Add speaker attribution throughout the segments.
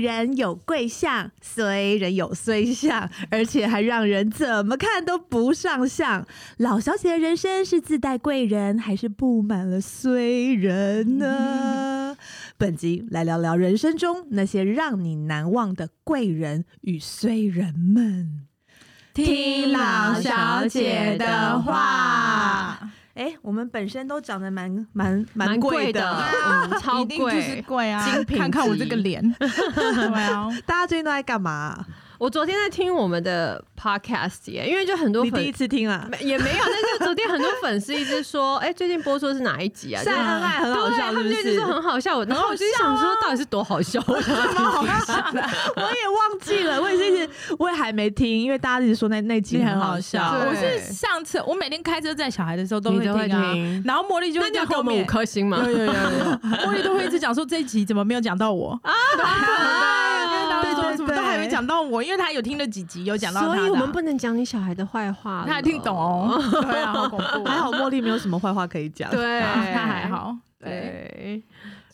Speaker 1: 人有贵相，虽人有虽相，而且还让人怎么看都不上相。老小姐的人生是自带贵人，还是布满了虽人
Speaker 2: 嗯
Speaker 1: 呢？本集来聊聊人生中那些让你难忘的贵人与虽人们。
Speaker 2: 听老小姐的话，
Speaker 1: 哎、我们本身都长得蛮蛮
Speaker 3: 蛮
Speaker 1: 贵
Speaker 3: 贵的， 嗯，超
Speaker 2: 一定就是
Speaker 3: 贵。
Speaker 2: 贵啊！
Speaker 3: 精品
Speaker 2: 看看我这
Speaker 3: 级
Speaker 2: 个脸， 对啊，
Speaker 1: 大家最近都在干嘛啊、
Speaker 3: 我昨天在听我们的 podcast 耶，因为就很多
Speaker 1: 你第一
Speaker 3: 粉
Speaker 1: 次听啊？
Speaker 3: 没也没有，但是昨天很多粉丝一直说，哎，最近播出的是哪一集啊？
Speaker 1: 晒恩爱很好
Speaker 3: 对
Speaker 1: 笑，
Speaker 3: 他
Speaker 1: 是
Speaker 3: 们
Speaker 1: 不
Speaker 3: 就一直
Speaker 1: 是？
Speaker 3: 说很好笑，我然后我就
Speaker 1: 啊
Speaker 3: 想说到底是多好笑， 我想要听听一下
Speaker 1: 我也忘记了，我也是一直，我也还没听，因为大家一直说那那集很好笑。
Speaker 3: 嗯
Speaker 2: 我
Speaker 3: 好笑
Speaker 2: 是上次我每天开车载小孩的时候都
Speaker 3: 你
Speaker 2: 会
Speaker 3: 都会
Speaker 2: 听啊
Speaker 3: 听，
Speaker 2: 然后茉莉就
Speaker 3: 那
Speaker 2: 会
Speaker 3: 你要
Speaker 2: 在
Speaker 3: 给我
Speaker 2: 后
Speaker 3: 们五
Speaker 2: 面，
Speaker 3: 颗星吗？
Speaker 2: 有有有有，有 茉莉都会一直讲说这一集怎么没有讲到我啊？
Speaker 1: 对
Speaker 2: 对啊
Speaker 1: 对
Speaker 2: 对，
Speaker 1: 对
Speaker 2: 怎么都还没讲到我，因为她有听了几集有讲到她的
Speaker 3: 所
Speaker 2: 啊，
Speaker 3: 以我们不能讲你小孩的坏话了，
Speaker 2: 她还听 懂哦，对啊，好恐怖，
Speaker 1: 还好茉莉没有什么坏话可以讲。
Speaker 3: 对，
Speaker 2: 啊，她还，好，对，
Speaker 3: 对。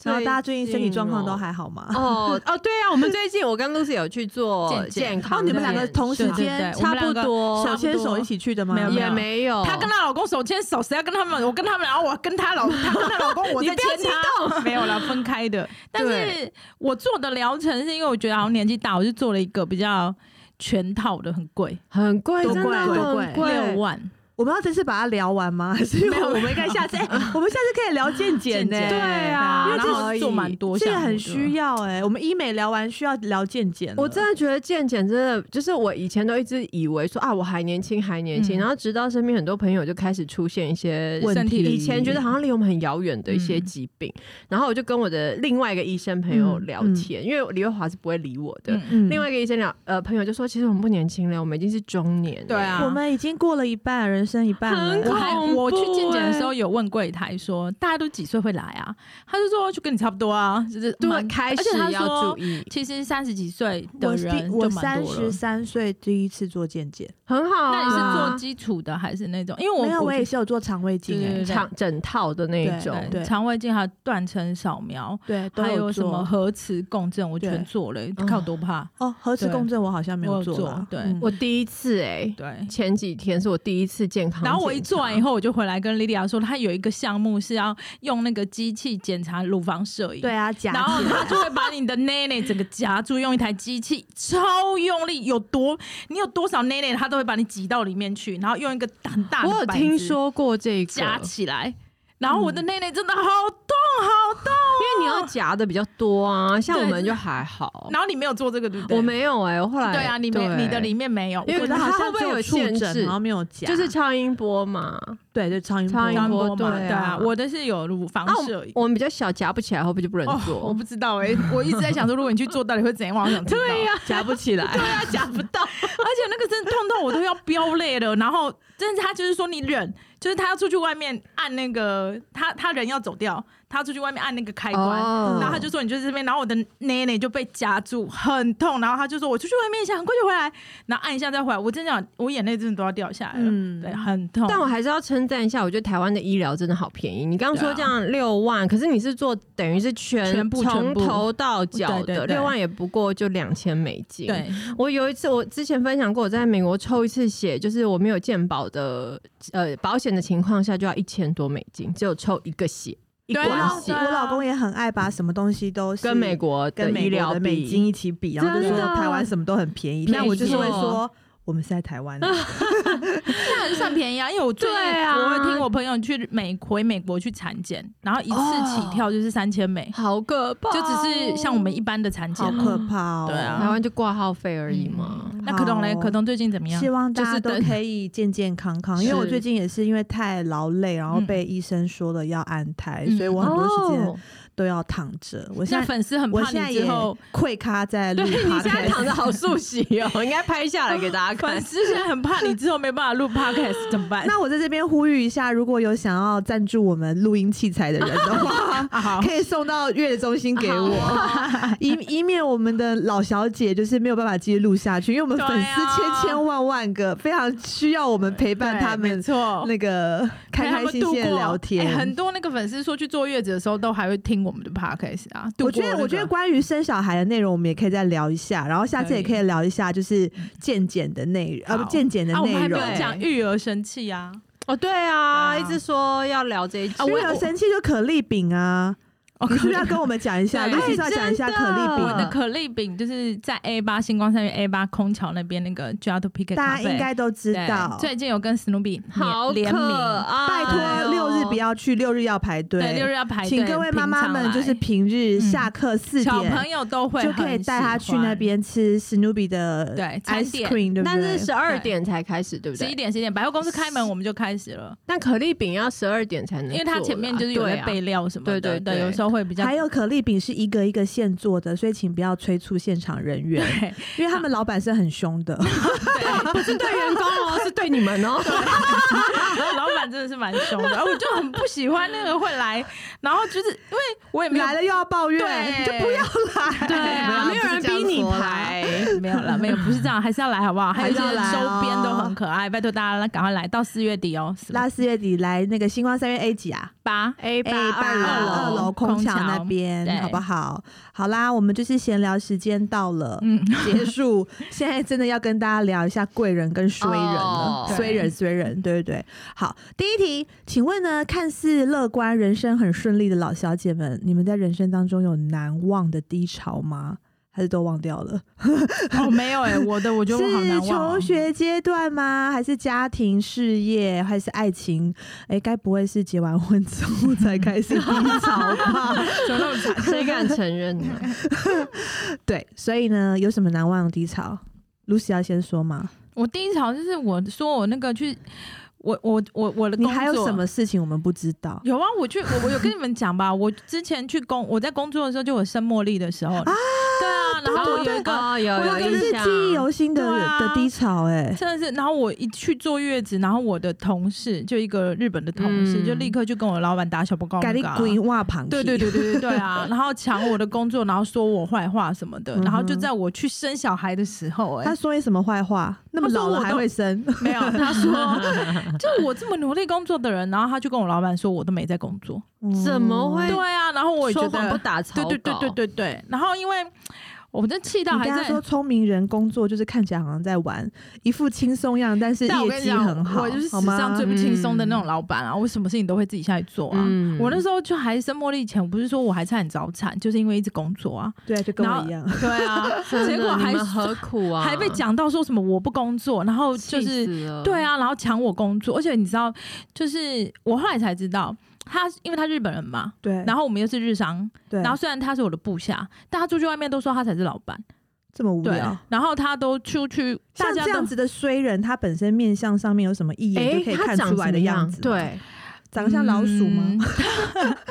Speaker 1: 然后大家最近身体状况都
Speaker 3: 还。
Speaker 1: 还好吗？
Speaker 3: 哦哦，对啊，我们最近我跟 Lucy 有去做
Speaker 2: 健健
Speaker 3: 健康
Speaker 1: 哦，
Speaker 3: 的
Speaker 1: 你
Speaker 3: 检查，
Speaker 1: 们两个同时间
Speaker 2: 对对对
Speaker 1: 差不
Speaker 3: 我
Speaker 1: 多
Speaker 3: 们两个
Speaker 1: 手牵手一起去的吗？
Speaker 2: 没有
Speaker 3: 也没有，
Speaker 2: 她跟她老公手牵手，谁要跟他们？我跟他们，然后我跟她老，她跟她老公，我
Speaker 3: 你
Speaker 2: 在
Speaker 3: 不要
Speaker 2: 牵她，没有了，分开的。但是
Speaker 3: 对
Speaker 2: 我做的疗程是因为我觉得好像年纪大，我就做了一个比较全套的，很贵，
Speaker 3: 很贵，
Speaker 1: 多
Speaker 3: 真
Speaker 1: 贵
Speaker 3: 的
Speaker 1: 多贵
Speaker 3: 很
Speaker 2: 六万。
Speaker 1: 我们要这次把它聊完吗？还是因为我们应该下次？ 哎，我们下次可以聊健检呢。
Speaker 2: 健检
Speaker 3: 对啊，
Speaker 1: 因为这
Speaker 2: 然
Speaker 3: 然
Speaker 1: 个
Speaker 3: 后
Speaker 2: 后做蛮多
Speaker 1: 这
Speaker 2: 项目
Speaker 1: 个
Speaker 2: 的，
Speaker 1: 很需要哎。我们医美聊完需要聊健检了，
Speaker 3: 我真的觉得健检真的就是我以前都一直以为说啊我还年轻还年轻，
Speaker 2: 嗯
Speaker 3: 然后直到身边很多朋友就开始出现一些
Speaker 2: 问题
Speaker 3: 以前觉得好像离我们很遥远的一些疾病，然后我就跟我的另外一个医生朋友
Speaker 1: 嗯
Speaker 3: 聊天，因为李月华是不会理我的。
Speaker 2: 嗯嗯，
Speaker 1: 嗯
Speaker 3: 另外一个医生聊，呃，朋友就说，其实我们不年轻了，我们已经是中年了。
Speaker 2: 对啊
Speaker 1: 我们已经过了一半，人生一半了。
Speaker 3: 很
Speaker 2: 我
Speaker 3: 恐
Speaker 2: 还
Speaker 3: 怖
Speaker 2: 我去健检的
Speaker 3: 欸
Speaker 2: 时候有问柜台说，大家都几岁会来啊？他就说就跟你差不多啊，就是
Speaker 3: 对，
Speaker 2: 蛮
Speaker 3: 开
Speaker 2: 而且
Speaker 3: 始
Speaker 2: 他
Speaker 3: 要
Speaker 2: 说
Speaker 3: 注意，
Speaker 2: 其实三十几岁的
Speaker 1: 我第
Speaker 2: 人
Speaker 1: 我
Speaker 2: 就蛮
Speaker 1: 三
Speaker 2: 多
Speaker 1: 十
Speaker 2: 了。
Speaker 1: 三岁第一次做健检，
Speaker 3: 很好、
Speaker 2: 那
Speaker 3: 啊。
Speaker 2: 你是做基础的还是那种？因为我
Speaker 1: 没有，我
Speaker 2: 觉
Speaker 1: 也是有做肠胃镜哎
Speaker 2: 对，
Speaker 3: 长整套的那一种？
Speaker 1: 对
Speaker 2: 对肠胃镜还有断层扫描，
Speaker 1: 对，都
Speaker 2: 还有什
Speaker 1: 做
Speaker 2: 么核磁共振，我全
Speaker 1: 对
Speaker 2: 做了，
Speaker 3: 嗯
Speaker 2: 看我多怕。
Speaker 1: 哦，核磁
Speaker 2: 对
Speaker 1: 共振我好像没
Speaker 2: 我有
Speaker 1: 做
Speaker 2: 做
Speaker 1: 啦
Speaker 2: 对
Speaker 1: 嗯
Speaker 3: 我第一次哎、
Speaker 2: 对，
Speaker 3: 前几天是我第一次健康检查，
Speaker 2: 然后我一做完以后，我就回来跟莉莉亚说，她有一个项目是要用那个机器检查乳房摄影。
Speaker 1: 对。啊，夹
Speaker 2: 然后
Speaker 1: 起
Speaker 2: 他
Speaker 1: 来
Speaker 2: 就会把你的内内整个夹住，用一台机器超用力，有多你有多少内内，他都会把你挤到里面去，然后用一个很大的
Speaker 3: 我有
Speaker 2: 板
Speaker 3: 听
Speaker 2: 子
Speaker 3: 说过嗯这个，
Speaker 2: 夹起来，然后我的内内真的好痛好 痛，
Speaker 3: 因为你要夹的比较多啊，像
Speaker 2: 对
Speaker 3: 我们就还好，
Speaker 2: 然后你没有做这个哦对不对？
Speaker 3: 我没有哎、我后来
Speaker 2: 对啊，你没你的里面没有，
Speaker 3: 因为
Speaker 1: 我
Speaker 2: 我
Speaker 1: 的
Speaker 2: 的
Speaker 1: 好
Speaker 3: 它
Speaker 1: 像
Speaker 3: 会不
Speaker 1: 只
Speaker 3: 会有
Speaker 1: 触
Speaker 3: 限
Speaker 1: 诊
Speaker 3: 制
Speaker 1: 然后没有夹，
Speaker 3: 就是超音波嘛，
Speaker 2: 哦
Speaker 1: 对对超音
Speaker 3: 超音
Speaker 1: 波
Speaker 2: 刚
Speaker 3: 波
Speaker 2: 播嘛，
Speaker 3: 对啊
Speaker 2: 对啊，我的是有乳房
Speaker 3: 啊
Speaker 2: 摄影。
Speaker 3: 我们比较小，夹不起来，会不会就不能
Speaker 2: 哦，
Speaker 3: 做？
Speaker 2: 我不知道哎、我一直在想说，如果你去做，到底会怎样？我好想知道。
Speaker 3: 对呀、
Speaker 1: 夹不起 来。
Speaker 2: 对啊，夹不到，而且那个真的痛到我都要飙泪了。然后，真的他就是说你忍，就是他要出去外面按那个，他他人要走掉，他要出去外面按那个开关，
Speaker 3: 哦
Speaker 2: 然后他就说你就在这边，然后我的奶奶就被夹住，很痛。然后他就说我出去外面一下，很快就回来，然后按一下再回来。我真的想，我眼泪真的都要掉下来了，
Speaker 1: 嗯
Speaker 2: 对，很痛。
Speaker 3: 但我还是要称赞一下，我觉得台湾的医疗真的好便宜。你刚刚说这
Speaker 2: 对啊
Speaker 3: 样六万，可是你是做等于是全
Speaker 2: 全部全
Speaker 3: 从
Speaker 2: 部
Speaker 3: 头到脚
Speaker 2: 对
Speaker 3: 的
Speaker 2: 对对
Speaker 3: 六万，也不过就两千美金。，
Speaker 2: 对，
Speaker 3: 我有一次，我之前分享过，我在美国抽一次血，就是我没有健保的呃保险的情况下，就要一千多美金，只有抽一个血，一
Speaker 1: 我
Speaker 2: 对啊
Speaker 3: 管
Speaker 1: 老
Speaker 3: 血
Speaker 2: 对，啊
Speaker 1: 我老公也很爱把什么东西都是
Speaker 3: 跟美国
Speaker 1: 跟
Speaker 3: 的医
Speaker 1: 美
Speaker 3: 疗
Speaker 1: 国的美
Speaker 3: 比
Speaker 1: 金一起比，然后就
Speaker 3: 真
Speaker 1: 说
Speaker 3: 的
Speaker 1: 台湾什么都很便宜，
Speaker 3: 没
Speaker 1: 但我就是会
Speaker 3: 错
Speaker 1: 说我们是在台湾啊，
Speaker 2: 那很算便宜啊，因为我最近
Speaker 3: 对啊
Speaker 2: 我会听我朋友去美回美国去产检，然后一次起跳就是三千美，
Speaker 3: 好可怕哦，
Speaker 2: 就只是像我们一般的产检
Speaker 1: 好
Speaker 2: 嘛。
Speaker 1: 可怕哦。
Speaker 2: 对啊
Speaker 3: 台湾就挂号费而已嘛。
Speaker 1: 嗯
Speaker 2: 那可彤嘞，
Speaker 1: 好
Speaker 2: 可彤最近怎么样
Speaker 1: 希？望大
Speaker 3: 就
Speaker 1: 家
Speaker 3: 是
Speaker 1: 都
Speaker 3: 等
Speaker 1: 可以健健康康，因为我
Speaker 3: 是
Speaker 1: 最近也是因为太劳累，然后被医生说了要安胎，
Speaker 2: 嗯
Speaker 1: 所以我很多时
Speaker 3: 哦
Speaker 1: 间都要躺着。我现
Speaker 2: 那
Speaker 1: 在
Speaker 2: 粉丝很
Speaker 1: 我
Speaker 2: 怕
Speaker 1: 现在
Speaker 2: 你
Speaker 1: 也
Speaker 2: 之后，
Speaker 1: 溃咖在录
Speaker 3: 对你现在
Speaker 1: podcast
Speaker 3: 躺着好速洗哦，应该拍下来给大家
Speaker 2: 粉
Speaker 3: 看。
Speaker 2: 丝现在很怕你之后没办法录 podcast 怎么办？
Speaker 1: 那我在这边呼吁一下，如果有想要赞助我们录音器材的人的话，
Speaker 2: 啊 好，
Speaker 1: 可以送到月中心给我， 以以免我们的老小姐就是没有办法继续录下去，因为我们
Speaker 2: 对
Speaker 1: 粉丝
Speaker 2: 啊
Speaker 1: 千千万万个，非常需要我们陪伴
Speaker 2: 对
Speaker 1: 他
Speaker 2: 没
Speaker 1: 们
Speaker 2: 错，
Speaker 1: 那个开
Speaker 2: 陪他
Speaker 1: 开
Speaker 2: 们
Speaker 1: 心
Speaker 2: 度
Speaker 1: 心的
Speaker 2: 过
Speaker 1: 聊天。
Speaker 2: 哎很多那个粉丝说去坐月子的时候都还会听我们的 podcast 啊。度
Speaker 1: 我觉
Speaker 2: 过
Speaker 1: 得，
Speaker 2: 那
Speaker 1: 我觉得
Speaker 2: 个
Speaker 1: 关于生小孩的内容，我们也可以再聊一下，然后下次也可
Speaker 2: 可以
Speaker 1: 以聊一下，就是健检的内容，呃，不
Speaker 2: 好
Speaker 1: 健检的
Speaker 2: 啊，我
Speaker 1: 内
Speaker 2: 们还没
Speaker 1: 容。
Speaker 2: 有讲育儿神器啊。
Speaker 3: 哦，对啊，一直说要聊这一集
Speaker 1: 啊，我有生气就可丽饼啊，
Speaker 2: 哦
Speaker 1: 你是不是要跟我们讲一下？
Speaker 2: 对
Speaker 1: 露西是要讲一下
Speaker 3: 哎
Speaker 1: 可
Speaker 3: 真的
Speaker 1: 丽饼
Speaker 2: 我的
Speaker 1: 啊，
Speaker 2: 可丽饼就是在 A 八星光三月 A 八空桥那边那个 Jato Pick，
Speaker 1: 大家应该都知道。
Speaker 2: 最近有跟史努比
Speaker 3: 好
Speaker 2: 联
Speaker 3: 可
Speaker 2: 名，
Speaker 1: 拜
Speaker 3: 爱哦
Speaker 1: 托，六日不要去，六日要排
Speaker 2: 对，六
Speaker 1: 队。
Speaker 2: 日要排队，
Speaker 1: 请各位妈妈们，就是
Speaker 2: 平
Speaker 1: 平日
Speaker 2: 嗯
Speaker 1: 下课四
Speaker 2: 常来小
Speaker 1: 点
Speaker 2: 朋友都会
Speaker 1: 就可以带他
Speaker 2: 他
Speaker 1: 去那，边吃史努比的
Speaker 2: 对餐
Speaker 1: ice
Speaker 2: 点
Speaker 1: cream，对不
Speaker 3: 但是
Speaker 1: 对？
Speaker 3: 十二点才开始，对不
Speaker 2: 十一
Speaker 3: 对？
Speaker 2: 点十一点百货公司开门我们就开始了，
Speaker 3: 但可丽饼要十二点才能做
Speaker 2: 因
Speaker 3: 啦，
Speaker 2: 为它前面就是有
Speaker 3: 对
Speaker 2: 在
Speaker 3: 啊
Speaker 2: 备料什么的，啊
Speaker 3: 对对对
Speaker 2: 有时候会比较
Speaker 1: 啊还有可丽饼是一个一个现做的，所以请不要催促现场人员，
Speaker 2: 对
Speaker 1: 因为他们老板是很凶的。
Speaker 3: 不是对员工哦，是对你们哦。
Speaker 2: 老板真的是蛮凶的，而我就很不喜欢那个会来，然后就是因为我也 没有
Speaker 1: 来了又要抱怨，
Speaker 2: 对
Speaker 1: 就不要来。
Speaker 2: 对啊
Speaker 3: 没有人逼你排，
Speaker 2: 没有了，没有，不是这样，还是要来好不好？还有一些
Speaker 1: 还是要来哦
Speaker 2: 周边都很可爱，拜托大家赶快来，到四月底哦，
Speaker 1: 拉四月底来那个星光三月 A 几啊
Speaker 2: 八
Speaker 3: A
Speaker 1: ？A
Speaker 3: 八
Speaker 1: 八
Speaker 3: 二
Speaker 1: 二
Speaker 3: 楼
Speaker 1: 楼空
Speaker 2: 空
Speaker 1: 桥
Speaker 2: 桥
Speaker 1: 那边，
Speaker 2: 对
Speaker 1: 好不好？好啦，我们就是闲聊时间到了，
Speaker 2: 嗯，
Speaker 1: 结束。现在真的要跟大家聊一下贵人跟衰人了
Speaker 3: 哦，
Speaker 1: 衰人衰人，对对对。好，第一题，请问呢，看似乐观、人生很顺利的老小姐们，你们在人生当中有难忘的低潮吗？还是都忘掉了？
Speaker 2: 哦，没有哎，我的我觉得我好难
Speaker 1: 是
Speaker 2: 忘
Speaker 1: 求
Speaker 2: 哦。
Speaker 1: 学阶段吗？还是家庭、事业，还是爱情？哎、该不会是结完婚之后才开始低潮吧？
Speaker 2: 怎么那么惨？
Speaker 3: 谁敢承认呢？
Speaker 1: 对，所以呢，有什么难忘的低潮？Lucy 要先说吗？
Speaker 2: 我低潮就是我说我那个去，我我我我的
Speaker 1: 你
Speaker 2: 工作
Speaker 1: 还有什么事情我们不知道？
Speaker 2: 有啊，我去，我我有跟你们讲吧，我之前去工，我在工作的时候就有生茉莉的时候，对啊，然后我呃有一个
Speaker 3: 哦，有
Speaker 1: 哇
Speaker 3: 有
Speaker 1: 这
Speaker 3: 印
Speaker 1: 是
Speaker 3: 象
Speaker 1: 记忆犹新的、
Speaker 2: 对啊
Speaker 1: 的低潮哎、
Speaker 2: 真的是，然后我一去坐月子，然后我的同事就一个日本的同事，
Speaker 3: 嗯
Speaker 2: 就立刻就跟我老板打小报告，啊
Speaker 1: 咖喱滚袜旁，
Speaker 2: 对对对对对 对啊！然后抢我的工作，然后说我坏话什么的，然后就在我去生小孩的时候、
Speaker 1: 嗯他
Speaker 2: 哎，
Speaker 1: 说你什么坏话？那么
Speaker 2: 他说
Speaker 1: 老了
Speaker 2: 我
Speaker 1: 还
Speaker 2: 都
Speaker 1: 会生？
Speaker 2: 没有，他 说就我这么努力工作的人，然后他就跟我老板说我都没在工作，
Speaker 3: 怎么会
Speaker 1: 哎嗯
Speaker 2: 对啊，然后我也觉
Speaker 3: 说谎不
Speaker 2: 得，
Speaker 3: 打草
Speaker 2: 对
Speaker 3: 稿，
Speaker 2: 对对对对对，然后因为我真气到
Speaker 1: 你
Speaker 2: 还
Speaker 1: 跟他
Speaker 2: 在
Speaker 1: 说聪明人工作就是看起来好像在玩，一副轻松样，但是
Speaker 2: 但我
Speaker 1: 业
Speaker 2: 跟你
Speaker 1: 绩
Speaker 2: 讲，
Speaker 1: 很好，
Speaker 2: 我就是史
Speaker 1: 好吗嗯
Speaker 2: 上最不轻松的那种老板啊！我什么事情都会自己下去做啊。
Speaker 3: 嗯
Speaker 2: 我那时候就还生茉莉前，我不是说我还差点早产，就是因为一直工作啊。
Speaker 1: 对，就跟
Speaker 2: 然
Speaker 1: 我
Speaker 2: 后
Speaker 1: 一样。
Speaker 2: 对啊，
Speaker 3: 真的，
Speaker 2: 结果还
Speaker 3: 你们何苦啊？
Speaker 2: 还被讲到说什么我不工作，然后就
Speaker 3: 气
Speaker 2: 是
Speaker 3: 死了，
Speaker 2: 对啊，然后抢我工作，而且你知道，就是我后来才知道他，因为他日本人嘛，
Speaker 1: 对，
Speaker 2: 然后我们又是日商，
Speaker 1: 对，
Speaker 2: 然后虽然他是我的部下，但他出去外面都说他才是老板，
Speaker 1: 这么无
Speaker 2: 对
Speaker 1: 聊。，
Speaker 2: 然后他都出去，大
Speaker 1: 像
Speaker 2: 家
Speaker 1: 这
Speaker 2: 都
Speaker 1: 样子的衰人，他本身面相上面有什么一眼
Speaker 2: 哎
Speaker 3: 诶。
Speaker 1: 就可以
Speaker 3: 他
Speaker 1: 看
Speaker 3: 长
Speaker 1: 出来
Speaker 3: 什
Speaker 1: 的
Speaker 3: 么
Speaker 1: 样子？，
Speaker 3: 对，
Speaker 1: 长得像老鼠吗？
Speaker 2: 嗯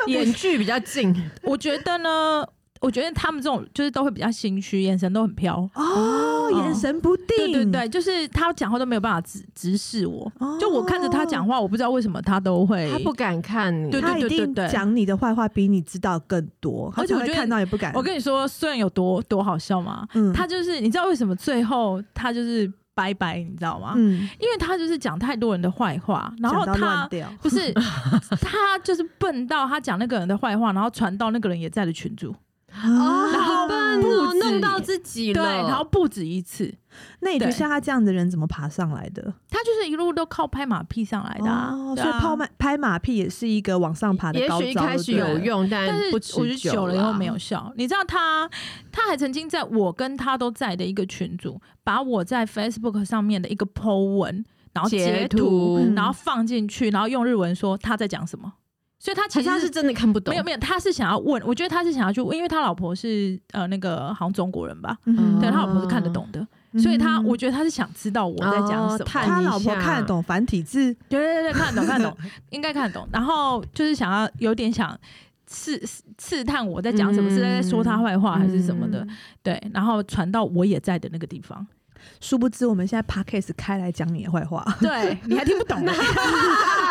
Speaker 3: 眼距比较近，
Speaker 2: 我觉得呢，我觉得他们这种就是都会比较心虚，眼神都很飘。
Speaker 1: 哦，眼神不定。
Speaker 2: 对对对，就是他讲话都没有办法直直视我，
Speaker 1: 哦，
Speaker 2: 就我看着他讲话，我不知道为什么他都会
Speaker 3: 他不。敢看你。
Speaker 2: 对
Speaker 1: 他一定讲你的坏话比你知道更多，
Speaker 2: 而且我
Speaker 1: 他才
Speaker 2: 觉
Speaker 1: 会
Speaker 2: 得
Speaker 1: 看到也不敢。
Speaker 2: 我跟你说，虽然有多多好笑嘛，
Speaker 1: 嗯
Speaker 2: 他就是你知道为什么最后他就是拜拜，你知道吗？
Speaker 1: 嗯，
Speaker 2: 因为他就是讲太多人的坏话，然后
Speaker 1: 讲到乱
Speaker 2: 他。哦
Speaker 1: 掉，
Speaker 2: 不是， 他就是笨到他讲那个人的坏话，然后传到那个人也在的群组，
Speaker 1: 啊
Speaker 2: 然后
Speaker 3: 好笨哦，
Speaker 2: 不止
Speaker 3: 弄到自己
Speaker 2: 对，
Speaker 3: 了。
Speaker 2: 然后不止一次，
Speaker 1: 那你觉得
Speaker 2: 对
Speaker 1: 像他这样的人怎么爬上来的？
Speaker 2: 他就是一路都靠拍马屁上来的、啊
Speaker 1: 哦，
Speaker 2: 对
Speaker 1: 所以
Speaker 2: 啊
Speaker 1: 抛马拍马屁也是一个往上爬的
Speaker 3: 也
Speaker 1: 高招。
Speaker 3: 许一开始有
Speaker 1: 对
Speaker 3: 用，但
Speaker 2: 但是
Speaker 3: 不
Speaker 2: 我
Speaker 3: 持
Speaker 2: 觉得久了以
Speaker 3: 啦
Speaker 2: 后没有效。你知道他，他还曾经在我跟他都在的一个群组，把我在 Facebook 上面的一个 po 文，然后截
Speaker 3: 截图
Speaker 1: 嗯
Speaker 2: 然后放进去，然后用日文说他在讲什么。所以他
Speaker 3: 其
Speaker 2: 其
Speaker 3: 实
Speaker 2: 实
Speaker 3: 啊他是
Speaker 2: 是
Speaker 3: 真的哦看不懂，
Speaker 2: 没有没有，他是想要问，我觉得他是想要去问，因为他老婆是呃那个好像中国人吧，
Speaker 1: 嗯哼
Speaker 2: 对
Speaker 3: 然
Speaker 2: 他
Speaker 3: 后
Speaker 2: 老婆是看得懂的，所以他我觉得他是想知道我在讲
Speaker 3: 啊嗯
Speaker 2: 什
Speaker 3: 哦
Speaker 2: 么。
Speaker 3: 探
Speaker 1: 他
Speaker 3: 一
Speaker 1: 老婆
Speaker 3: 下
Speaker 1: 看得懂繁体字，
Speaker 2: 对对对，看得懂，看得懂，应该看得懂。然后就是想要有点想刺刺探我在讲什么，
Speaker 3: 嗯
Speaker 2: 是在说他坏话还是什么的，
Speaker 1: 嗯
Speaker 2: 对。然后传到我也在的那个地方，
Speaker 1: 殊不知我们现在 podcast 开来讲你的坏话，
Speaker 2: 对，你还听 不懂呢。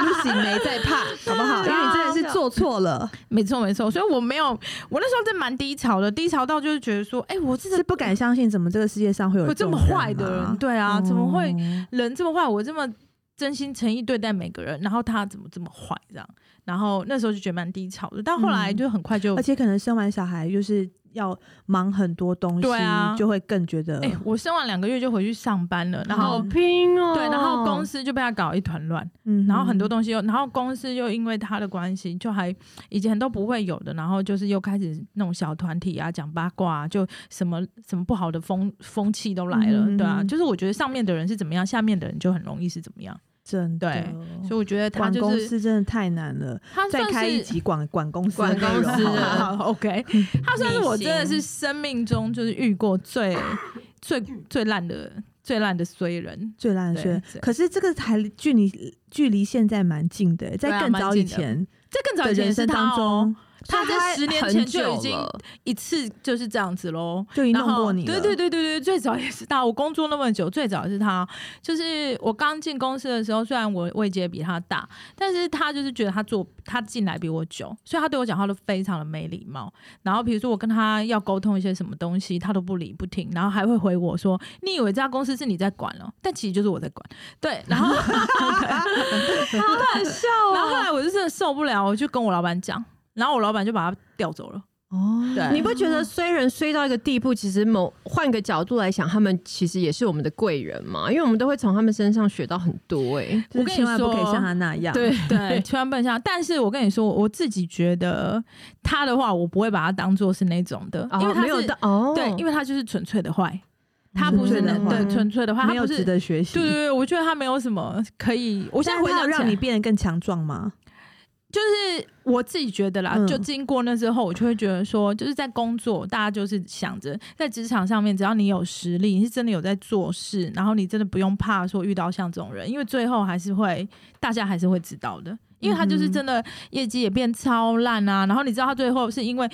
Speaker 1: 不行，没 在 怕，好不好？因为你真的
Speaker 2: 啊
Speaker 1: 是做错了，
Speaker 2: 没错没错，所以我没有，我那时候真蛮低潮的，低潮到就是觉得说，哎、我真
Speaker 1: 是
Speaker 2: 的
Speaker 1: 不敢相信，怎么这个世界上会有
Speaker 2: 会这么坏的人，
Speaker 1: 人
Speaker 2: 对啊，
Speaker 1: 啊？
Speaker 2: 怎么会
Speaker 1: 哦
Speaker 2: 人这么坏？我这么真心诚意对待每个人，然后他怎么这么坏这样？然后那时候就觉得蛮低潮的，但后来
Speaker 1: 嗯
Speaker 2: 就很快就，
Speaker 1: 而且可能生完小孩就是要忙很多东西，
Speaker 2: 对啊
Speaker 1: 就会更觉得
Speaker 2: 哎、我生完两个月就回去上班了，然
Speaker 3: 好
Speaker 1: 啊
Speaker 2: 后。
Speaker 3: 拼哦。
Speaker 2: 对，然后公
Speaker 3: 司
Speaker 2: 司就被他搞一团乱，
Speaker 1: 嗯
Speaker 2: 然后很多
Speaker 1: 都
Speaker 2: 东西又，然后公司又因为他的关系，就还以前都不会有的，然后就是又开始那种小团体啊，讲八卦、啊，就什么什么不好的风风气都来了，
Speaker 1: 嗯
Speaker 2: 对啊，就是我觉得上面的人是怎么样，下面的人就很容易是怎么样，
Speaker 1: 真的，
Speaker 2: 对所以我觉得他
Speaker 1: 哦管
Speaker 2: 就
Speaker 1: 公
Speaker 2: 是
Speaker 1: 司真的太难了，
Speaker 2: 他
Speaker 1: 再
Speaker 2: 算
Speaker 1: 开一
Speaker 2: 是。
Speaker 1: 集管管公司的
Speaker 3: 管
Speaker 1: 内容
Speaker 3: 公司
Speaker 1: 好
Speaker 3: 的
Speaker 1: 了嗯
Speaker 2: 好好，OK，他算是我真的是生命中就是遇过最最最烂的最烂的衰人，
Speaker 1: 最烂的
Speaker 2: 对
Speaker 1: 是
Speaker 2: 对
Speaker 1: 可是这个还距离距离现在蛮近的，
Speaker 2: 对
Speaker 1: 在
Speaker 2: 啊
Speaker 1: 更
Speaker 2: 蛮
Speaker 1: 早以
Speaker 2: 近的
Speaker 1: 前
Speaker 2: 这更早
Speaker 1: 的
Speaker 2: 以前
Speaker 1: 人
Speaker 2: 是
Speaker 1: 生
Speaker 2: 他
Speaker 1: 当
Speaker 2: 哦
Speaker 1: 中，，
Speaker 2: 他在十年前就已经
Speaker 3: 了
Speaker 2: 一次就是这样子喽。
Speaker 1: 就已经
Speaker 2: 然
Speaker 1: 弄
Speaker 2: 后
Speaker 1: 过你了，
Speaker 2: 对对对对对，最早也是他。我工作那么久，最早也是他。就是我刚进公司的时候，虽然我位阶比他大，但是他就是觉得他做他进来比我久，所以他对我讲话都非常的没礼貌。然后比如说我跟他要沟通一些什么东西，他都不理不听，然后还会回我说：“你以为这家公司是你在管哦？但其实就是我在管。”对，然后
Speaker 3: 很笑
Speaker 1: 哦
Speaker 2: 然后后来我就真的受不了，我就跟我老板讲，然后我老板就把他调走了。
Speaker 1: 哦，
Speaker 2: 对
Speaker 3: 你不觉得衰人衰到一个地步，其实某换个角度来想，他们其实也是我们的贵人嘛，因为我们都会从他们身上学到很多哎、欸。
Speaker 1: 就是
Speaker 2: 我跟你
Speaker 1: 千万不可以
Speaker 2: 说
Speaker 1: 像他那样，
Speaker 3: 对
Speaker 2: 对，千万不能像。但是我跟你说，我自己觉得他的话，我不会把他当做是那种的，因为
Speaker 3: 哦
Speaker 2: 他
Speaker 3: 没有
Speaker 2: 是
Speaker 3: 到哦，
Speaker 2: 对，因为他就是纯粹的坏，他不是
Speaker 1: 嗯纯
Speaker 2: 那
Speaker 1: 粹的坏
Speaker 2: 对纯粹的坏，
Speaker 1: 没
Speaker 2: 他
Speaker 1: 有
Speaker 2: 不
Speaker 1: 值
Speaker 2: 是。
Speaker 1: 得学习。
Speaker 2: 对对对，我觉得他没有什么可以。我现在回
Speaker 1: 但他有
Speaker 2: 想起来
Speaker 1: 让你变得更强壮吗？
Speaker 2: 就是我自己觉得啦，
Speaker 1: 嗯
Speaker 2: 就经过那之后，我就会觉得说，就是在工作，大家就是想着在职场上面，只要你有实力，你是真的有在做事，然后你真的不用怕说遇到像这种人，因为最后还是会大家还是会知道的，因为他
Speaker 1: 嗯
Speaker 2: 就是真的业绩也变超烂啊，然后你知道他最后是因为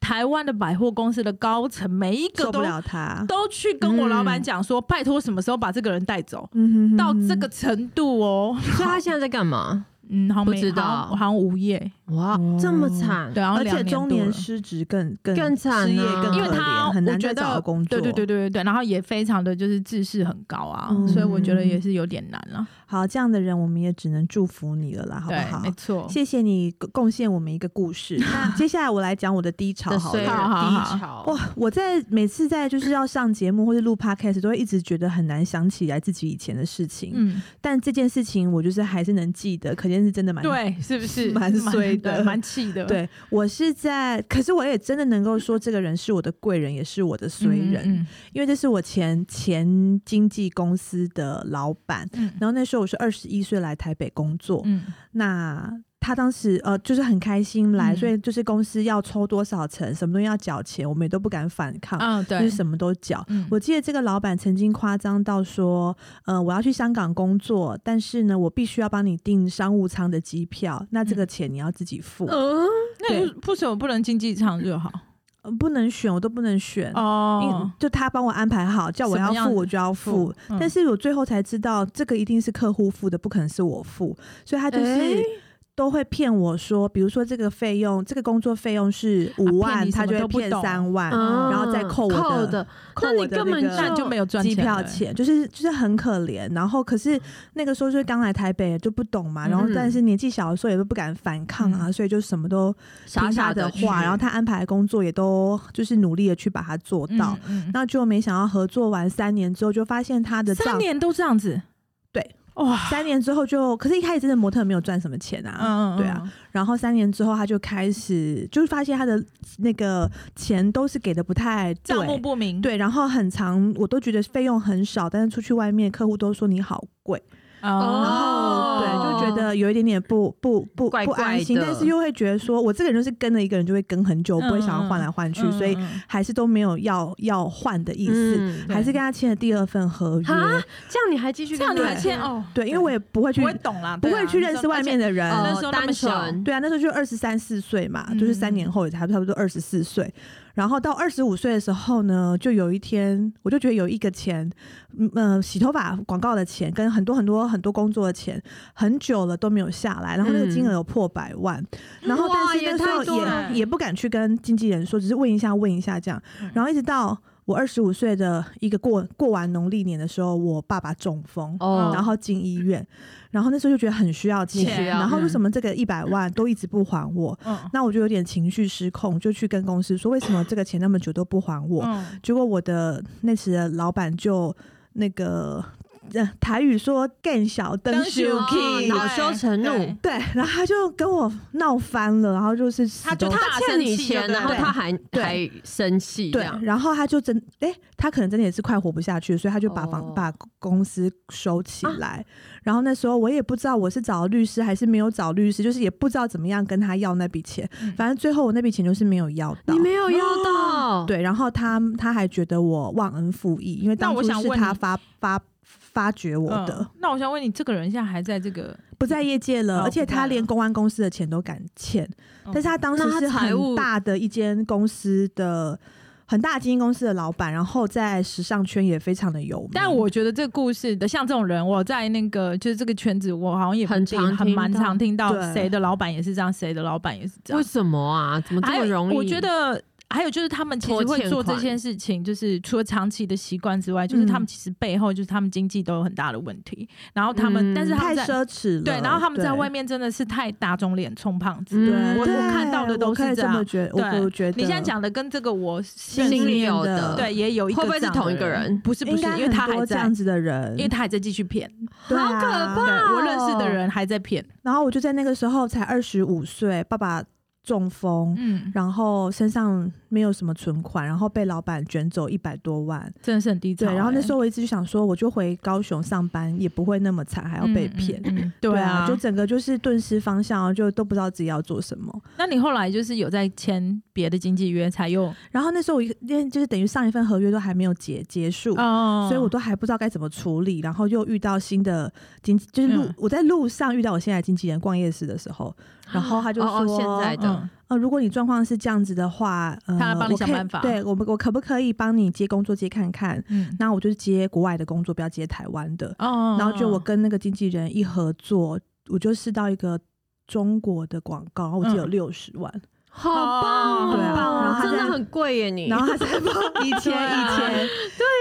Speaker 2: 台湾的百货公司的高层每一个
Speaker 1: 受不
Speaker 2: 都
Speaker 1: 了他，
Speaker 2: 都去跟我老板讲说，拜托什么时候把这个人带走，
Speaker 1: 嗯哼哼
Speaker 2: 到这个程度哦，
Speaker 3: 所以他现在在干嘛？
Speaker 2: 嗯，好像
Speaker 3: 不
Speaker 2: 没
Speaker 3: 知道
Speaker 2: 好像好像无业，
Speaker 3: 哇，
Speaker 1: 哦
Speaker 3: 这么惨，
Speaker 2: 对，然后
Speaker 1: 而且
Speaker 2: 两
Speaker 1: 中
Speaker 2: 多
Speaker 1: 年
Speaker 2: 了
Speaker 1: 失职更更
Speaker 3: 更惨啊
Speaker 1: 失业更
Speaker 2: 因为
Speaker 1: 可
Speaker 2: 他
Speaker 1: 怜，很
Speaker 2: 我
Speaker 1: 难
Speaker 2: 觉
Speaker 1: 再找
Speaker 2: 得
Speaker 1: 到工作。
Speaker 2: 对对对对对，然后也非常的就是自视很高啊，
Speaker 1: 嗯
Speaker 2: 所以我觉得也是有点难了、
Speaker 1: 好，这样的人我们也只能祝福你了啦，好不
Speaker 2: 对，
Speaker 1: 好
Speaker 2: 没？错。
Speaker 1: 谢谢你贡贡献我们一个故 事。那接下来我来讲我的低潮
Speaker 3: 的
Speaker 1: 好
Speaker 3: 衰人
Speaker 1: 了。
Speaker 2: 好好好
Speaker 3: 低潮。
Speaker 1: 哇！我在每次在就是要上节目或是录 podcast，都会一直觉得很难想起来自己以前的事情。
Speaker 2: 嗯，
Speaker 1: 但这件事情我就是还是能记得，可见是真的蛮
Speaker 2: 对，是不是
Speaker 1: 蛮衰的
Speaker 2: 对蛮气的？
Speaker 1: 对我是在，可是我也真的能够说，这个人是我的贵人，也是我的
Speaker 2: 嗯，
Speaker 1: 衰人，
Speaker 2: 嗯
Speaker 1: 因为这是我前前经纪公司的老板。
Speaker 2: 嗯
Speaker 1: 然后那时候我是二十一岁来台北工作，
Speaker 2: 嗯
Speaker 1: 那他当时呃就是很开心来，
Speaker 2: 嗯
Speaker 1: 所以就是公司要抽多少成，什么东西要缴钱，我们也都不敢反抗，
Speaker 2: 嗯，
Speaker 1: 就
Speaker 2: 对
Speaker 1: 是，什么都缴。
Speaker 2: 嗯
Speaker 1: 我记得这个老板曾经夸张到说，呃，我要去香港工作，但是呢，我必须要帮你订商务舱的机票，那
Speaker 2: 嗯
Speaker 1: 这个钱你要自己付。
Speaker 3: 嗯，
Speaker 2: 那你为什么不能经济舱就好？
Speaker 1: 呃不能选，我都不能选。嗯因为
Speaker 2: 哦，
Speaker 1: 就他帮我安排好，叫我
Speaker 2: 什么
Speaker 1: 要
Speaker 2: 样
Speaker 1: 付我就要付
Speaker 2: 付，嗯
Speaker 1: 但是我最后才知道这个一定是客户付的，不可能是我付，所以他就是
Speaker 3: 诶
Speaker 1: 都会骗我说，比如说这个费用，这个工作费用是五
Speaker 2: 啊骗
Speaker 1: 万，
Speaker 2: 你
Speaker 1: 他
Speaker 2: 什么
Speaker 1: 就
Speaker 2: 都
Speaker 1: 会
Speaker 2: 不
Speaker 1: 骗
Speaker 2: 懂
Speaker 1: 三万，
Speaker 3: 嗯
Speaker 1: 然后再扣我的
Speaker 3: 扣的，
Speaker 1: 扣
Speaker 3: 那你
Speaker 1: 我的
Speaker 3: 根本
Speaker 1: 那
Speaker 2: 那
Speaker 1: 个
Speaker 2: 你就没有赚
Speaker 1: 机
Speaker 2: 钱
Speaker 1: 票
Speaker 2: 了，
Speaker 1: 钱，就是就是很可怜。然后可是那个时候就是刚来台北就不懂嘛，
Speaker 2: 嗯
Speaker 1: 然后但是年纪小的时候也都不敢反抗啊，所以就什么都
Speaker 3: 傻
Speaker 1: 听
Speaker 3: 傻
Speaker 1: 他的
Speaker 3: 去
Speaker 1: 话，然后他安排的工作也都就是努力的去把它做
Speaker 2: 嗯
Speaker 1: 到。
Speaker 2: 嗯
Speaker 1: 那就没想到合作完三年之后，就发现他的账
Speaker 2: 三年都这样子，
Speaker 1: 对，
Speaker 2: 哇，
Speaker 1: 三年之后就，可是一开始真的模特没有赚什么钱啊，
Speaker 2: 嗯，嗯
Speaker 1: 对啊，，然后三年之后他就开始就是发现他的那个钱都是给的不太
Speaker 2: 账目
Speaker 1: 对，
Speaker 2: 不明，
Speaker 1: 对，然后很长我都觉得费用很少，但是出去外面客户都说你好贵，然后
Speaker 3: 哦
Speaker 1: 对就
Speaker 2: 嗯
Speaker 1: 觉得有一点点不不不
Speaker 3: 怪
Speaker 1: 不安心，
Speaker 3: 怪的
Speaker 1: 但是又会觉得说我这个人就是跟了一个人就会跟很久，不会想要换来换去，
Speaker 2: 嗯
Speaker 1: 所以
Speaker 2: 嗯嗯
Speaker 1: 还是都没有要要换的意思。
Speaker 3: 嗯
Speaker 1: 还是跟他签了第二份合约，
Speaker 3: 哈这样你还继续
Speaker 2: 这样你
Speaker 3: 跟
Speaker 2: 还
Speaker 3: 他
Speaker 2: 签哦？
Speaker 1: 对，因为我也不会去
Speaker 2: 不会懂啦，
Speaker 1: 不
Speaker 2: 对啊
Speaker 1: 会去认识外面，的人。
Speaker 2: 而且
Speaker 3: 哦
Speaker 2: 那时候那么
Speaker 3: 单
Speaker 2: 小
Speaker 3: 纯
Speaker 1: 对啊，那时候就二十三四岁嘛，
Speaker 2: 嗯
Speaker 1: 就是三年后也才差不多二十四岁。然后到二十五岁的时候呢，就有一天我就觉得有一个钱，嗯、呃洗头发广告的钱跟很多很多很多工作的钱，很久了都没有下来，然后那个金额有破百万，然后但
Speaker 3: 嗯哇
Speaker 1: 是
Speaker 3: 也
Speaker 1: 那时
Speaker 3: 太
Speaker 1: 候
Speaker 3: 多
Speaker 1: 也
Speaker 2: 了
Speaker 1: 也不敢去跟经纪人说，只是问一下问一下这样，
Speaker 3: 嗯
Speaker 1: 然后一直到。我二十五岁的一个过过完农历年的时候，我爸爸中风，
Speaker 3: 哦
Speaker 1: 然后进医院，然后那时候就觉得很需要钱，
Speaker 2: 钱
Speaker 1: 然后为
Speaker 3: 嗯
Speaker 1: 什么这个一百万都一直不还我？
Speaker 2: 嗯
Speaker 1: 那我就有点情绪失控，就去跟公司说为什么这个钱那么久都不还我？
Speaker 2: 嗯，
Speaker 1: 结果我的那时的老板就那个、呃、台语说更小灯
Speaker 2: 灯
Speaker 1: 修
Speaker 2: 修
Speaker 1: k
Speaker 2: 哦对
Speaker 3: 恼羞成怒
Speaker 2: 对，
Speaker 1: 对，然后他就跟我闹翻了，然后就是死
Speaker 2: 他就
Speaker 1: 都
Speaker 2: 大
Speaker 3: 他欠你
Speaker 2: 生气就
Speaker 3: 钱，
Speaker 2: 对
Speaker 3: 然后
Speaker 1: 了
Speaker 3: 他还
Speaker 1: 对
Speaker 3: 还生气，这
Speaker 1: 对
Speaker 3: 样，
Speaker 1: 然后他就真哎、他可能真的也是快活不下去，所以他就把房、
Speaker 3: 哦
Speaker 1: 把公司收起
Speaker 2: 啊
Speaker 1: 来。然后那时候我也不知道我是找律师还是没有找律师，就是也不知道怎么样跟他要那笔钱。
Speaker 2: 嗯
Speaker 1: 反正最后我那笔钱就是没有要到
Speaker 3: 你。没有要到，，
Speaker 1: 对，然后他他还觉得我忘恩负义，因为当
Speaker 2: 那
Speaker 1: 初
Speaker 2: 我想
Speaker 1: 是
Speaker 2: 问
Speaker 1: 他
Speaker 2: 你
Speaker 1: 发发发掘我的，
Speaker 2: 嗯那我想问你，这个人现在还在这
Speaker 3: 嗯
Speaker 2: 个？
Speaker 1: 不在业界了，
Speaker 2: 哦
Speaker 1: 而且
Speaker 2: 不在
Speaker 1: 他连
Speaker 2: 了哦
Speaker 1: 公安公司的钱都敢欠，但是他当时
Speaker 3: 那他
Speaker 1: 是
Speaker 3: 财
Speaker 1: 很
Speaker 3: 务
Speaker 1: 大的一间公司的很大的经纪公司的老板，然后在时尚圈也非常的有名。
Speaker 2: 但我觉得这个故事的像这种人，我在那个就是这个圈子，我好像也不
Speaker 3: 很
Speaker 2: 低
Speaker 3: 常
Speaker 2: 很
Speaker 3: 听
Speaker 2: 蛮
Speaker 3: 到
Speaker 2: 常听到
Speaker 1: 对
Speaker 2: 谁的老板也是这样，谁的老板也是这样
Speaker 3: 为。什么啊？怎么这
Speaker 2: 还
Speaker 3: 么
Speaker 2: 有，
Speaker 3: 容易？
Speaker 2: 我觉得还有就是他们其实
Speaker 3: 拖
Speaker 2: 会
Speaker 3: 欠
Speaker 2: 做这
Speaker 3: 款嗯
Speaker 2: 件事情，就是除了长期的习惯之外，就是他们其实背后就是他们经济都有很大的问题，然后他们、
Speaker 3: 嗯
Speaker 2: 但是他
Speaker 1: 太
Speaker 2: 们在。
Speaker 1: 奢侈了，
Speaker 2: 对，然后他们在
Speaker 1: 对
Speaker 2: 外。面真的是太打肿脸充胖子。
Speaker 1: 对，
Speaker 3: 嗯
Speaker 2: 我
Speaker 1: 对
Speaker 2: 我看到的都
Speaker 1: 我可以
Speaker 2: 是这
Speaker 1: 么
Speaker 2: 样
Speaker 1: 觉得，我
Speaker 2: 对
Speaker 1: 我觉得
Speaker 2: 你现在讲的跟这个我心
Speaker 1: 认
Speaker 3: 心
Speaker 1: 识
Speaker 3: 里有
Speaker 1: 的
Speaker 3: 的，
Speaker 2: 对也有一个
Speaker 3: 会不会是
Speaker 2: 这样的
Speaker 3: 同一个人
Speaker 2: 不是不
Speaker 1: 应
Speaker 2: 是，
Speaker 1: 该
Speaker 2: 因为他
Speaker 1: 很
Speaker 2: 还
Speaker 1: 多这
Speaker 2: 在
Speaker 1: 样，子的人，
Speaker 2: 因为他还在继续骗。
Speaker 1: 对啊
Speaker 3: 好可
Speaker 2: 对
Speaker 3: 怕哦
Speaker 2: 我认识的人还在骗。
Speaker 1: 然后我就在那个时候才二十五岁，爸爸中风，
Speaker 2: 嗯，
Speaker 1: 然后身上没有什么存款，然后被老板卷走一百多万。
Speaker 2: 真的是很低潮
Speaker 1: 对，
Speaker 2: 欸。
Speaker 1: 然后那时候我一直就想说，我就回高雄上班，也不会那么惨，还要被
Speaker 2: 嗯
Speaker 1: 骗。
Speaker 2: 嗯嗯对啊，
Speaker 1: 就整个就是顿时方向，哦就都不知道自己要做什么。
Speaker 2: 那你后来就是有在签别的经纪约才又
Speaker 1: 然后那时候我一因为就是等于上一份合约都还没有结结束，
Speaker 2: 哦
Speaker 1: 所以我都还不知道该怎么处理。然后又遇到新的经，就是路、
Speaker 2: 嗯我
Speaker 1: 我在路上遇到我现在的经纪人逛夜市的时候，然后他就说：“
Speaker 3: 哦哦现在的
Speaker 2: 嗯
Speaker 1: 呃，如果你状况是这样子的话，呃、
Speaker 2: 他来帮你
Speaker 1: 我
Speaker 2: 想
Speaker 1: 可以
Speaker 2: 办法
Speaker 1: 对我们，我可不可以帮你接工作接看看？
Speaker 2: 嗯
Speaker 1: 那我就接国外的工作，不要接台湾的。
Speaker 2: 哦
Speaker 1: 然后就我跟那个经纪人一合作，我就试到一个中国国的广告，然后我记得有
Speaker 2: 嗯
Speaker 1: 六十万，
Speaker 3: 好棒，
Speaker 2: 哦对啊
Speaker 3: 好棒哦
Speaker 1: 然后他
Speaker 3: 真
Speaker 1: 在
Speaker 3: 的很贵耶你。
Speaker 1: 然后他再帮我一千
Speaker 2: 对啊
Speaker 1: 一千，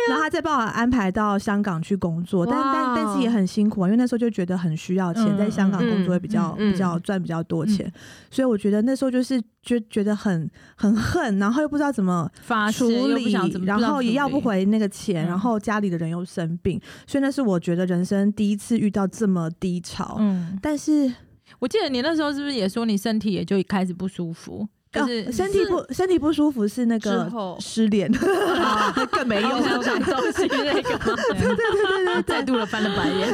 Speaker 1: 然后他再帮我安排到香港去工作，但但但是也很辛苦啊，因为那时候就觉得很需要钱，
Speaker 2: 嗯
Speaker 1: 在香港工作会比较、
Speaker 3: 嗯嗯嗯
Speaker 1: 比较赚比较多钱，所以我觉得那时候就是觉觉得很很恨，然后又不知道怎么
Speaker 2: 发誓
Speaker 1: 处
Speaker 2: 啊又不
Speaker 1: 理
Speaker 2: 想怎，么，
Speaker 1: 然
Speaker 2: 不知道
Speaker 1: 后
Speaker 2: 怎么
Speaker 1: 也要
Speaker 2: 处
Speaker 1: 不
Speaker 2: 理。
Speaker 1: 回那个钱，
Speaker 2: 嗯
Speaker 1: 然后家里的人又生病，所以那是我觉得人生第一次遇到这么低潮，
Speaker 2: 嗯，
Speaker 1: 但是。
Speaker 2: 我记得你那时候是不是也说你身体也就开始不舒服，就是、
Speaker 1: 啊、身体不身体不舒服是那
Speaker 3: 之
Speaker 1: 个
Speaker 3: 后啊
Speaker 1: 失恋， 更没用。
Speaker 3: 想想东 西那个吗？
Speaker 2: 再度的翻了白眼。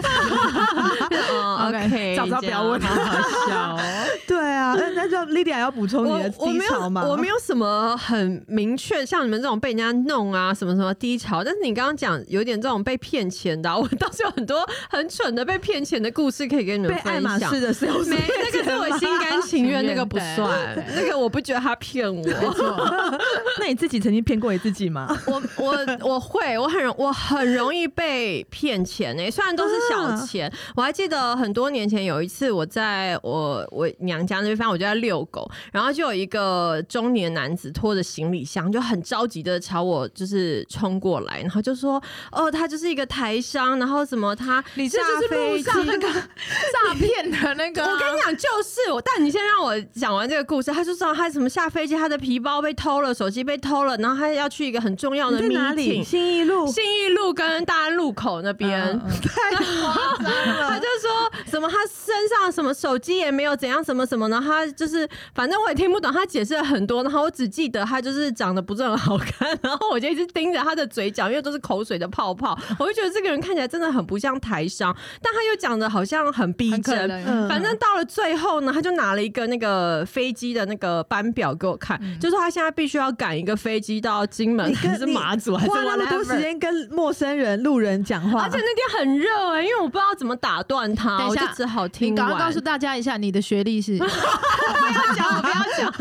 Speaker 3: 哦
Speaker 2: OK，
Speaker 3: OK，
Speaker 2: 早知道不要 问
Speaker 3: 这样好好笑哦。
Speaker 1: 对 啊，那那就 Lydia 要补充你的
Speaker 3: 我我
Speaker 1: 低
Speaker 3: 没有
Speaker 1: 潮吗？
Speaker 3: 我没有什么很明确，像你们这种被人家弄啊什么什么低潮，但是你刚刚讲有点这种被骗钱的啊、我 倒是有很多很蠢的被骗钱的故事可以跟你
Speaker 1: 被
Speaker 3: 们
Speaker 1: 爱
Speaker 3: 分
Speaker 1: 马
Speaker 3: 享。
Speaker 1: 仕的 s a l
Speaker 3: 没，那个是我心甘情愿，那个不算，那个我不觉得他骗我。
Speaker 1: 那你自己曾经骗过你自己吗？
Speaker 3: 我我我会，我很容我很容易被骗钱诶、虽然都是小钱。我还记得很多年前有一次，我在我我娘家那边，反正我就在遛狗，然后就有一个中年男子拖着行李箱，就很着急的朝我就是冲过来，然后就说：“哦，他就是一个台商，然后什么他
Speaker 2: 你这就是路上那个 诈骗的那个啊、
Speaker 3: 我跟你讲，就是我。但你先让我讲完这个故事。他就说他什么下飞机，他的皮包被偷了，手机被偷了，然后他要去一个很重要的
Speaker 1: 你在
Speaker 3: meeting，
Speaker 1: 哪里？哦新义路。
Speaker 3: 信义路跟大安路口那边。
Speaker 2: 嗯 嗯
Speaker 3: 他就说什么他身上什么手机也没有怎样什么什么呢？他就是反正我也听不懂，他解释了很多，然后我只记得他就是长得不是很好看，然后我就一直盯着他的嘴角，因为都是口水的泡泡，我就觉得这个人看起来真的很不像台商，但他又讲的好像很逼
Speaker 2: 很可
Speaker 3: 真，
Speaker 2: 能
Speaker 1: 嗯
Speaker 3: 反正到了最后呢，他就拿了一个那个飞机的那个班班表给我看，就说他现在必须要赶一个飞机到金门
Speaker 1: 你跟
Speaker 3: 还是马祖还是
Speaker 1: 花那么多
Speaker 3: whatever
Speaker 1: 时间跟陌生人、路人讲话，
Speaker 3: 而且那天很热哎、因为我不知道怎么打断他，
Speaker 2: 等一
Speaker 3: 我
Speaker 2: 下
Speaker 3: 就只好
Speaker 2: 你
Speaker 3: 听
Speaker 2: 赶
Speaker 3: 完。
Speaker 2: 快告诉大家一下你的学历 是，
Speaker 3: 他讲，我不要讲，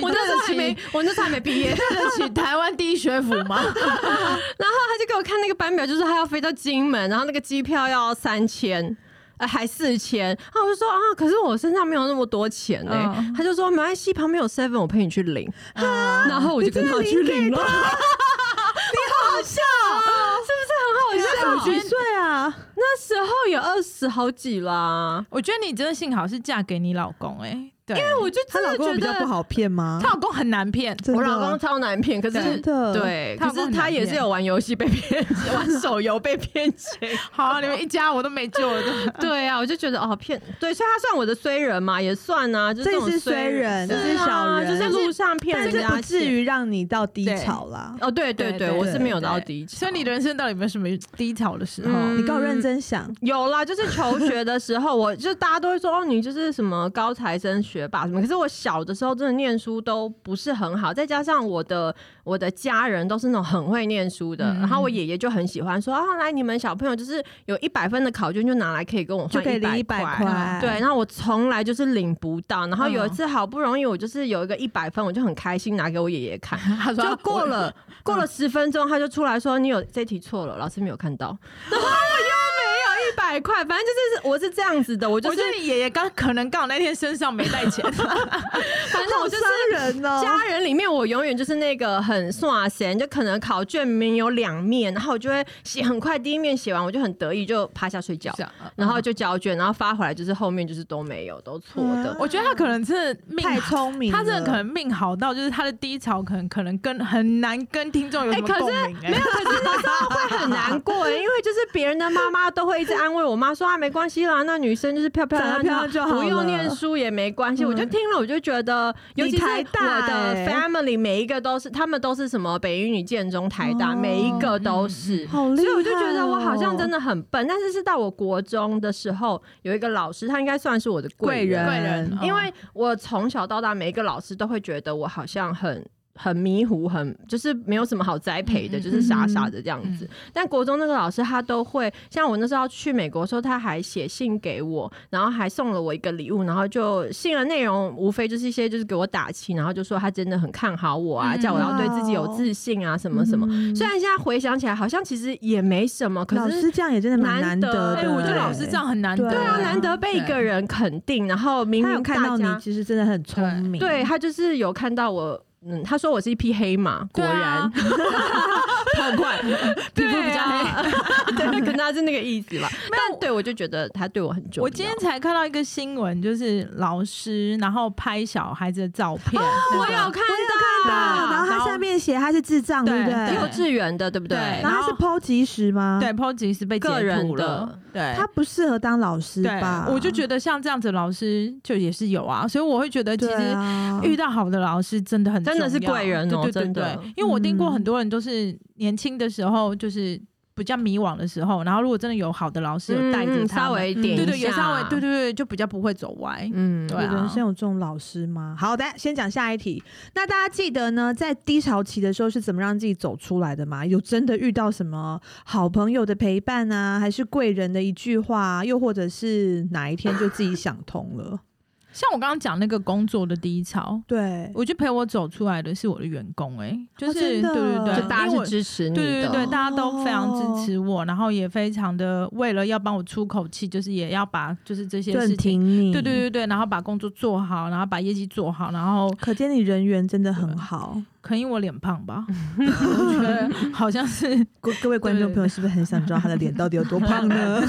Speaker 3: 我那时候还没，我那时候还没毕 业。
Speaker 2: 对得起台湾第一学府 吗？
Speaker 3: 然后他就给我看那个班表，就是他要飞到金门，然后那个机票要三千。呃，还四千，然后我就说啊，可是我身上没有那么多钱呢、
Speaker 2: 嗯
Speaker 3: 他就说没关系，旁边有 seven，我陪你去领。
Speaker 2: 啊
Speaker 3: 然后我就跟他去领了，
Speaker 1: 好笑，
Speaker 3: 是不是很好
Speaker 1: 二
Speaker 3: 笑
Speaker 1: 十？几岁啊，
Speaker 3: 那时候也二十好几啦，
Speaker 2: 我觉得你真的幸好是嫁给你老公哎、对，因为
Speaker 3: 我就
Speaker 1: 她
Speaker 3: 真
Speaker 1: 老
Speaker 3: 的
Speaker 1: 公
Speaker 3: 觉
Speaker 1: 比较不
Speaker 3: 得
Speaker 1: 好骗吗？
Speaker 2: 她老公很难骗，
Speaker 1: 真的
Speaker 3: 我老公超难骗，可是
Speaker 1: 真的
Speaker 3: 对，
Speaker 2: 他
Speaker 3: 可
Speaker 2: 老公
Speaker 3: 是
Speaker 2: 很
Speaker 3: 他
Speaker 2: 难
Speaker 3: 也是
Speaker 2: 骗
Speaker 3: 有玩游戏被骗钱，玩手游被骗钱。
Speaker 2: 好、啊，你们一家我都没救了。真的
Speaker 3: 对啊，我就觉得哦骗，对，所以他算我的衰人嘛，也算啊，就
Speaker 1: 这
Speaker 3: 种
Speaker 1: 是
Speaker 3: 衰
Speaker 1: 衰人这
Speaker 3: 对
Speaker 1: 是小
Speaker 3: 啊
Speaker 1: 人
Speaker 3: 就是
Speaker 1: 但
Speaker 3: 路上骗
Speaker 1: 但
Speaker 3: 人
Speaker 1: 是
Speaker 3: 家
Speaker 1: 不至
Speaker 3: 钱。
Speaker 1: 于让你到低潮啦。
Speaker 3: 哦，对对对，我是没有到低 潮，
Speaker 2: 所以你人生到底有没有什么低潮的时候？
Speaker 3: 嗯
Speaker 1: 你够认真想，
Speaker 3: 有啦，就是求学的时候，我就大家都会说哦，你就是什么高材生学霸什么。可是我小的时候真的念书都不是很好，再加上我的我的家人都是那种很会念书的，
Speaker 2: 嗯
Speaker 3: 然后我爷爷就很喜欢说啊，来你们小朋友就是有一百分的考卷就拿来可以跟我
Speaker 1: 就可以
Speaker 3: 换
Speaker 1: 领一
Speaker 3: 百
Speaker 1: 百
Speaker 3: 块。
Speaker 1: 块。
Speaker 3: 对，，然后我从来就是领不到，然后有一
Speaker 2: 嗯
Speaker 3: 次好不容易我就是有一个一百分，我就很开心拿给我爷爷看，
Speaker 2: 他说
Speaker 3: 就过了 过了十分钟，他就出来说你有这题错了，老师没有看 到，然后我又没有一百块，反正就是我是这样子的，我
Speaker 2: 我
Speaker 3: 就
Speaker 2: 觉
Speaker 3: 是
Speaker 2: 得你爷爷刚可能刚好那天身上没带 钱，
Speaker 3: 反正我
Speaker 1: 好
Speaker 3: 就
Speaker 1: 伤
Speaker 3: 是。
Speaker 1: 人哦。
Speaker 3: 家人里面，我永远就是那个很耍闲，就可能考卷明明有两面，然后我就会写很快，第一面写完我就很得意，就趴下睡觉，
Speaker 2: 啊
Speaker 3: 然后就交卷，然后发回来就是后面就是都没有，都错的。
Speaker 2: 我觉得他可能真的命
Speaker 1: 太聪明了，
Speaker 2: 他真的可能命好到，就是他的低潮可能可能跟很难跟听众有什么
Speaker 3: 哎可是
Speaker 2: 共鸣、哎，没有
Speaker 3: 可是那时候会很难过，欸 因为就是别人的妈妈都会一直安慰我妈说啊，没关系啦，那女生就是漂漂
Speaker 1: 长
Speaker 3: 亮亮
Speaker 1: 得漂亮就好
Speaker 3: 不用念书也没关系。我就听了，我就觉得，尤其是
Speaker 1: 台
Speaker 3: 我
Speaker 1: 大
Speaker 3: 的
Speaker 1: 欸
Speaker 3: family 每一个都是，他们都是什么北语女、建中、台大，
Speaker 1: 哦
Speaker 3: 每一个都是。
Speaker 1: 好厉害哦，
Speaker 3: 所以我就觉得我好像真的很笨，但是是到我国中的时候，有一个老师，他应该算是我的贵
Speaker 1: 贵
Speaker 3: 人，哦
Speaker 1: 人
Speaker 2: 贵人，
Speaker 3: 因为我从小到大，每一个老师都会觉得我好像很很迷糊，很就是没有什么好栽培的，
Speaker 2: 嗯嗯
Speaker 3: 就是傻傻的这样子。但国中那个老师他都会，像我那时候要去美国的时候，他还写信给我，然后还送了我一个礼物，然后就信的内容无非就是一些就是给我打气，然后就说他真的很看好我啊，
Speaker 2: 嗯
Speaker 3: 叫我要对自己有自信啊，什么什么。
Speaker 1: 嗯
Speaker 3: 虽然现在回想起来，好像其实也没什么，可
Speaker 1: 老
Speaker 3: 是
Speaker 1: 师这样也真的蛮难
Speaker 3: 难得
Speaker 1: 得
Speaker 2: 哎、
Speaker 1: 的。
Speaker 2: 我觉得老师这样很难得，
Speaker 1: 对
Speaker 3: 对啊，难得被一个人肯定，然后明
Speaker 1: 他有
Speaker 3: 明
Speaker 1: 看到
Speaker 3: 大
Speaker 1: 你
Speaker 3: 家，
Speaker 1: 其实真的很聪明。
Speaker 3: 对他就是有看到我，嗯，他说我是一匹黑马，果
Speaker 2: 对
Speaker 3: 然
Speaker 2: 啊
Speaker 3: 很快，
Speaker 2: 皮肤比较
Speaker 3: 黑， 对，可能他是那个意思吧。但对我就觉得他对我很重要。
Speaker 2: 我今天才看到一个新闻，就是老师然后拍小孩子的照片，
Speaker 3: 我
Speaker 2: 那
Speaker 3: 有
Speaker 2: 个
Speaker 3: 看
Speaker 1: 对，
Speaker 3: 到，
Speaker 1: 然后
Speaker 2: 然
Speaker 1: 他
Speaker 2: 后
Speaker 1: 下面写他是智障，对不
Speaker 2: 对
Speaker 1: 对？
Speaker 3: 幼稚园的，对不对？
Speaker 2: 对
Speaker 1: 然后他是剖即时吗？
Speaker 2: 对 PO 即是被截
Speaker 3: 个人
Speaker 2: 图
Speaker 3: 的
Speaker 2: 了，对，
Speaker 1: 他不适合当老师
Speaker 2: 对
Speaker 1: 吧？，
Speaker 2: 我就觉得像这样子的老师就也是有啊，所以我会觉得其
Speaker 1: 对
Speaker 2: 实
Speaker 1: 啊，
Speaker 2: 遇到好的老师真的很
Speaker 3: 嗯真的是
Speaker 2: 重要
Speaker 3: 贵人哦
Speaker 2: 对对对
Speaker 3: 真的
Speaker 2: 对因为我听过很多人都是年轻的时候就是比较迷惘的时候，然后如果真的有好的老师有带着
Speaker 3: 嗯
Speaker 2: 他
Speaker 3: 稍
Speaker 2: 们，
Speaker 3: 微点一下，
Speaker 2: 对对，有稍微对对，对，就比较不会走歪。
Speaker 3: 嗯，
Speaker 2: 对
Speaker 1: 我
Speaker 2: 啊
Speaker 1: 人生有这种老师吗？好的，先讲下一题。那大家记得呢，在低潮期的时候是怎么让自己走出来的吗？有真的遇到什么好朋友的陪伴啊，还是贵人的一句话啊、又或者是哪一天就自己想通了？
Speaker 2: 像我刚刚讲那个工作的低潮，
Speaker 1: 对，
Speaker 2: 我觉得陪我走出来的是我的员工、哎，就
Speaker 1: 哦
Speaker 2: 是、
Speaker 1: 真
Speaker 2: 对
Speaker 1: 的
Speaker 2: 对对，
Speaker 3: 就大家
Speaker 2: 因为
Speaker 3: 是
Speaker 2: 我
Speaker 3: 支持你的，
Speaker 2: 对对对，大家都非常
Speaker 1: 哦
Speaker 2: 支持我，然后也非常的为了要帮我出口气，就是也要把就是这些
Speaker 1: 顿
Speaker 2: 事情，
Speaker 1: 停你，
Speaker 2: 对对，对对，然后把工作做好，然后把业绩做好，然后
Speaker 1: 可见你人缘真的很好。
Speaker 2: 可能因为我脸胖吧，我觉得好像是
Speaker 1: 各各位观众朋友是不是很想知道他的脸到底有多胖呢？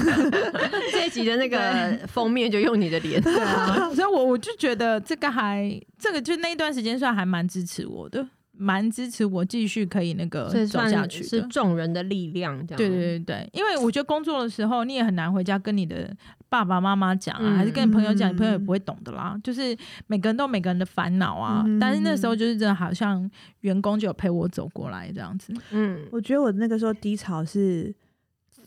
Speaker 3: 这一集的那个 封面就用你的脸，
Speaker 2: 对啊，所以我我就觉得这个还这个就那一段时间算还蛮支持我的，蛮支持我继续可以那个
Speaker 3: 所以
Speaker 2: 走
Speaker 3: 算
Speaker 2: 下去
Speaker 3: 是
Speaker 2: 的。
Speaker 3: 众人的力量，这样
Speaker 2: 对对对对，因为我觉得工作的时候，你也很难回家跟你的爸爸妈妈讲啊，
Speaker 3: 嗯
Speaker 2: 还是跟你朋友讲，你朋友也
Speaker 1: 嗯
Speaker 2: 不会懂的啦。就是每个人都有每个人的烦恼啊，
Speaker 1: 嗯
Speaker 2: 但是那时候就是真的好像员工就有陪我走过来这样子。
Speaker 3: 嗯，
Speaker 1: 我觉得我那个时候低潮是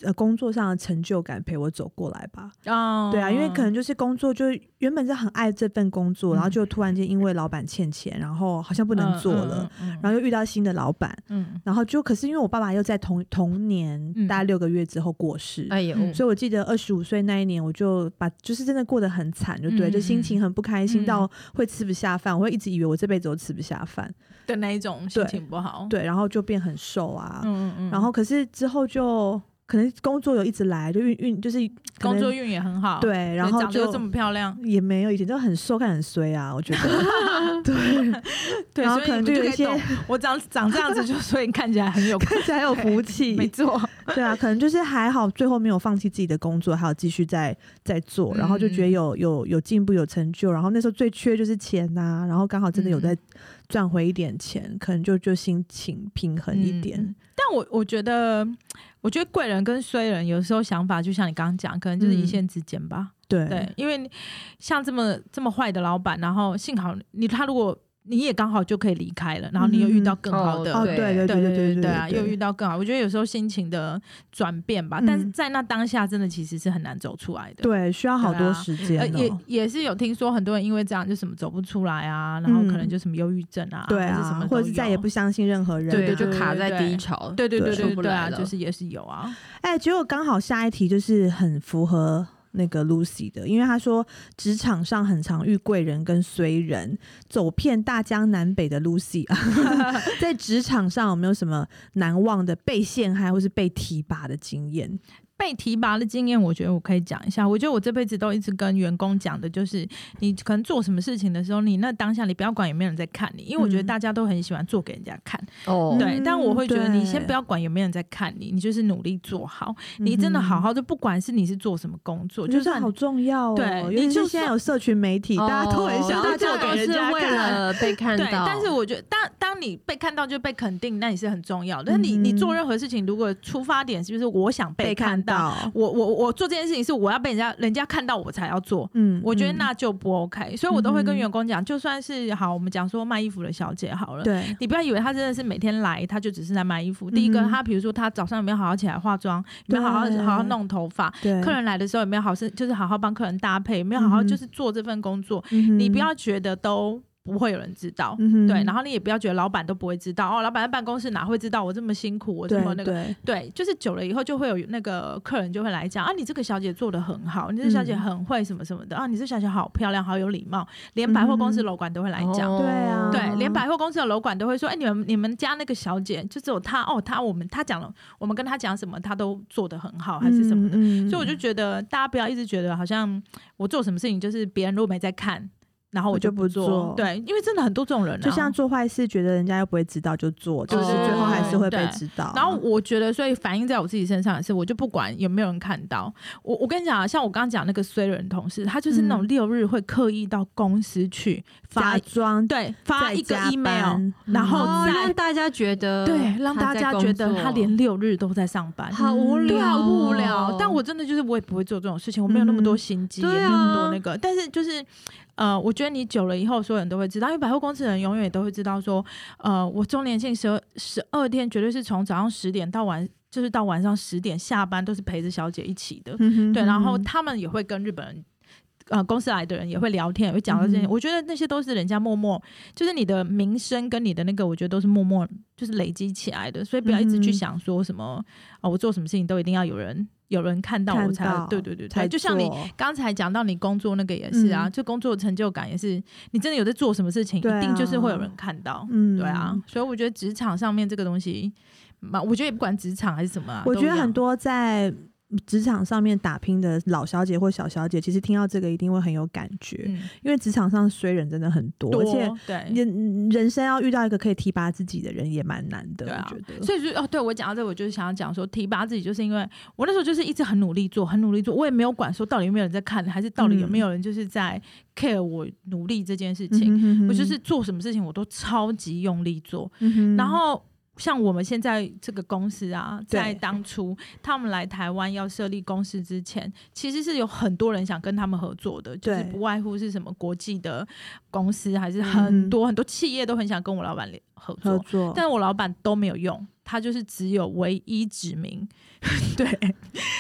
Speaker 1: 呃工作上的成就感陪我走过来吧。
Speaker 2: 哦，
Speaker 1: 对啊，因为可能就是工作，就原本是很爱这份工作，
Speaker 2: 嗯
Speaker 1: 然后就突然间因为老板欠钱，然后好像不能做了，
Speaker 2: 嗯，
Speaker 1: 然后又遇到新的老板，
Speaker 2: 嗯
Speaker 1: 然后就可是因为我爸爸又在同同年
Speaker 2: 嗯
Speaker 1: 大概六个月之后过世，
Speaker 3: 哎呦，
Speaker 2: 嗯
Speaker 1: 所以我记得二十五岁那一年，我就把就是真的过得很惨，就对，
Speaker 2: 嗯
Speaker 1: 就心情很不开
Speaker 2: 嗯
Speaker 1: 心到会吃不下饭，我会一直以为我这辈子都吃不下饭，
Speaker 2: 的那一种心情不好，，
Speaker 1: 对，然后就变很瘦啊，
Speaker 2: 哦嗯嗯嗯，
Speaker 1: 然后可是之后就可能工作有一直来，就运运就是可能
Speaker 2: 工作运也很好，，
Speaker 1: 对，然后
Speaker 2: 长得又
Speaker 1: 就
Speaker 2: 这么漂亮，
Speaker 1: 也没有以前就很瘦，看很衰啊，我觉得对，
Speaker 2: 对，
Speaker 1: 然后
Speaker 2: 所以
Speaker 1: 可能
Speaker 2: 你
Speaker 1: 就
Speaker 2: 们
Speaker 1: 有
Speaker 2: 可
Speaker 1: 一
Speaker 2: 以
Speaker 1: 些
Speaker 2: 懂我 长长这样子，就所以看起来很有
Speaker 1: 看起来有福气，
Speaker 2: 没错，
Speaker 1: 对啊，可能就是还好，最后没有放弃自己的工作，还有继续在在做，然后就觉得有有有进步、有成就。然后那时候最缺就是钱呐、然后刚好真的有在赚回一点钱，可能就就心情平衡一点。
Speaker 2: 嗯但我我觉得，我觉得贵人跟衰人有时候想法，就像你刚刚讲，可能就是一
Speaker 1: 嗯
Speaker 2: 线之间吧。
Speaker 1: 对
Speaker 2: 对，因为你像这么这么坏的老板，然后幸好你他如果你也刚好就可以离开了，然后你又遇到更好的，
Speaker 1: 哦，
Speaker 3: 对
Speaker 1: 对对
Speaker 2: 对
Speaker 1: 对
Speaker 2: 对
Speaker 1: 对
Speaker 2: 啊，又遇到更好。我觉得有时候心情的转变吧，
Speaker 1: 嗯
Speaker 2: 但是在那当下，真的其实是很难走出来的。
Speaker 1: 对需要好
Speaker 2: 对啊
Speaker 1: 多时间
Speaker 2: 呃，也
Speaker 1: 哦。
Speaker 2: 也是有听说很多人因为这样就什么走不出来啊，然后可能
Speaker 1: 嗯
Speaker 2: 就什么忧郁症啊，
Speaker 1: 对
Speaker 2: 还是什
Speaker 1: 啊
Speaker 2: 么，
Speaker 1: 或
Speaker 2: 都
Speaker 1: 者是再也
Speaker 2: 有
Speaker 1: 不相信任何人啊，
Speaker 3: 对
Speaker 2: 对
Speaker 3: 就
Speaker 2: 对
Speaker 3: 卡
Speaker 2: 对
Speaker 3: 在
Speaker 2: 对
Speaker 3: 低潮，
Speaker 2: 对对对
Speaker 1: 出
Speaker 2: 对
Speaker 3: 不
Speaker 2: 对
Speaker 3: 来
Speaker 2: 啊，
Speaker 3: 了
Speaker 2: 就是也是有啊，
Speaker 1: 哎，结果刚好下一题就是很符合那个 Lucy 的，因为她说职场上很常遇贵人跟衰人，走遍大江南北的 Lucy 啊，在职场上有没有什么难忘的被陷害或是被提拔的经验？
Speaker 2: 被提拔的经验，我觉得我可以讲一下。我觉得我这辈子都一直跟员工讲的，就是你可能做什么事情的时候，你那当下你不要管有没有人在看你，因为我觉得
Speaker 1: 嗯
Speaker 2: 大家都很喜欢做给人家看。
Speaker 3: 哦
Speaker 2: 对，但我会觉得你
Speaker 1: 对
Speaker 2: 先不要管有没有人在看你，你就是努力做好，你真的好
Speaker 1: 嗯哼，
Speaker 2: 好的，不管是你是做什么工作，
Speaker 1: 我
Speaker 2: 就
Speaker 1: 觉得
Speaker 2: 算
Speaker 1: 好重要哦。
Speaker 2: 对
Speaker 1: 尤其
Speaker 2: 你就是
Speaker 1: 现在有社群媒体，
Speaker 3: 哦
Speaker 1: 大家都很想要
Speaker 3: 大家
Speaker 1: 做
Speaker 3: 都
Speaker 1: 给人
Speaker 3: 是
Speaker 1: 家
Speaker 3: 为
Speaker 1: 看。
Speaker 3: 了被看
Speaker 2: 对，
Speaker 3: 到，
Speaker 2: 但是我觉得，当当你被看到就被肯定，那也是很重要的。但你你
Speaker 1: 嗯
Speaker 2: 做任何事情，如果出发点就是我想被
Speaker 1: 被
Speaker 2: 看
Speaker 1: 看
Speaker 2: 到，
Speaker 1: 到，
Speaker 2: 我我我做这件事情是我要被人家人家看到我才要做，
Speaker 1: 嗯
Speaker 2: 我觉得
Speaker 1: 嗯
Speaker 2: 那就不 OK，、所以我都会跟
Speaker 1: 嗯
Speaker 2: 员工讲，就算是好，我们讲说卖衣服的小姐好了，
Speaker 1: 对，
Speaker 2: 你不要以为她真的是每天来，她就只是在卖衣服。第一个，
Speaker 1: 嗯哼
Speaker 2: 她比如说她早上有没有好好起来化妆，有没有好
Speaker 1: 对
Speaker 2: 好好好弄头发，
Speaker 1: 对
Speaker 2: 客人来的时候有没有好是就是好好帮客人搭配，有没有好好
Speaker 1: 嗯哼
Speaker 2: 就是做这份工作，
Speaker 1: 嗯
Speaker 2: 你
Speaker 1: 哼
Speaker 2: 不，要觉得都不会有人知道。
Speaker 1: 嗯哼
Speaker 2: 对，然后你也不要觉得老板都不会知道哦，老板在办公室哪会知道我这么辛苦，我这么
Speaker 1: 对
Speaker 2: 那个，
Speaker 1: 对，
Speaker 2: 对，就是久了以后就会有那个客人就会来讲啊，你这个小姐做的很好，你这小姐
Speaker 1: 嗯
Speaker 2: 很会什么什么的、啊，你这小姐好漂亮，好有礼貌，连百货公司
Speaker 1: 嗯
Speaker 2: 楼管都会来讲。
Speaker 3: 哦
Speaker 1: 对啊
Speaker 2: 对，连百货公司的楼管都会说：“哎、你们你们家那个小姐就只有她哦，她我们她讲了，我们跟她讲什么，她都做的很好，还是什么的。
Speaker 1: 嗯
Speaker 2: 所以我就觉得大家不要一直觉得好像我做什么事情就是别人如果没在看，然后
Speaker 1: 我
Speaker 2: 就
Speaker 1: 就不
Speaker 2: 做。
Speaker 1: 做
Speaker 2: 对，因为真的很多这种人、啊，
Speaker 1: 就像做坏事，觉得人家又不会知道就做，就是
Speaker 3: 对
Speaker 1: 最后还是会
Speaker 2: 对
Speaker 1: 被知道。啊
Speaker 2: 然后我觉得，所以反映在我自己身上也是，我就不管有没有人看到。我我跟你讲啊，像我刚刚讲那个衰人同事，他就是那种
Speaker 1: 嗯
Speaker 2: 六日会刻意到公司去发
Speaker 1: 假，装
Speaker 2: 对，发
Speaker 1: 在
Speaker 2: 一个
Speaker 1: 加
Speaker 2: email，
Speaker 1: 班嗯
Speaker 2: 然后
Speaker 3: 哦
Speaker 2: 再、
Speaker 3: 让大家觉得
Speaker 2: 对让大
Speaker 3: 在
Speaker 2: 家
Speaker 3: 工
Speaker 2: 觉得
Speaker 3: 作
Speaker 2: 他连六日都在上班。
Speaker 3: 好无
Speaker 1: 嗯
Speaker 2: 对
Speaker 3: 聊
Speaker 2: 啊，
Speaker 3: 哦，
Speaker 2: 无聊。但我真的就是我也不会做这种事情，我没有那么多心机，也
Speaker 3: 嗯
Speaker 2: 没
Speaker 3: 对
Speaker 2: 有
Speaker 3: 啊
Speaker 2: 那么多那个。但是就是，呃，我觉得你久了以后，所有人都会知道，因为百货公司的人永远都会知道说，呃，我周年庆十二十二天绝对是从早上十点到晚，就是到晚上十点下班都是陪着小姐一起的。
Speaker 1: 嗯哼
Speaker 2: 对，然后
Speaker 1: 嗯哼
Speaker 2: 他们也会跟日本人。呃，公司来的人也会聊天，也会讲到这些。
Speaker 1: 嗯
Speaker 2: 我觉得那些都是人家默默，就是你的名声跟你的那个，我觉得都是默默就是累积起来的。所以不要一直去
Speaker 1: 嗯
Speaker 2: 想说什么啊、我做什么事情都一定要有人有人看到我才
Speaker 1: 看到
Speaker 2: 对对对对，
Speaker 1: 才
Speaker 2: 就像你
Speaker 1: 做
Speaker 2: 刚才讲到你工作那个也是啊，
Speaker 1: 嗯
Speaker 2: 就工作成就感也是，你真的有在做什么事情，
Speaker 1: 对啊
Speaker 2: 一定就是会有人看到。
Speaker 1: 嗯
Speaker 2: 对啊，，所以我觉得职场上面这个东西，嘛，我觉得也不管职场还是什么、啊，
Speaker 1: 我
Speaker 2: 都
Speaker 1: 觉得
Speaker 2: 一样
Speaker 1: 很多在。职场上面打拼的老小姐或小小姐，其实听到这个一定会很有感觉，
Speaker 2: 嗯
Speaker 1: 因为职场上衰人真的很多，
Speaker 2: 多
Speaker 1: 而且
Speaker 2: 对
Speaker 1: 人人生要遇到一个可以提拔自己的人也蛮难的，
Speaker 2: 对啊
Speaker 1: 我觉得。嗯
Speaker 2: 所以就哦，对我讲到这，我就是想要讲说提拔自己，就是因为我那时候就是一直很努力做，很努力做，我也没有管说到底有没有人在看，还是到底有没有人就是在 care 我努力这件事
Speaker 1: 嗯
Speaker 2: 情。
Speaker 1: 哼哼
Speaker 2: 我就是，做什么事情我都超级用力做，
Speaker 1: 嗯哼
Speaker 2: 然后。像我们现在这个公司啊，
Speaker 1: 对
Speaker 2: 在当初他们来台湾要设立公司之前，其实是有很多人想跟他们合作的，就是
Speaker 1: 对
Speaker 2: 不外乎是什么国际的公司，还是
Speaker 1: 嗯
Speaker 2: 很
Speaker 1: 哼
Speaker 2: 多、很多企业都很想跟我老板联合作，
Speaker 1: 合作，
Speaker 2: 但我老板都没有用，他就是只有唯一指名， 对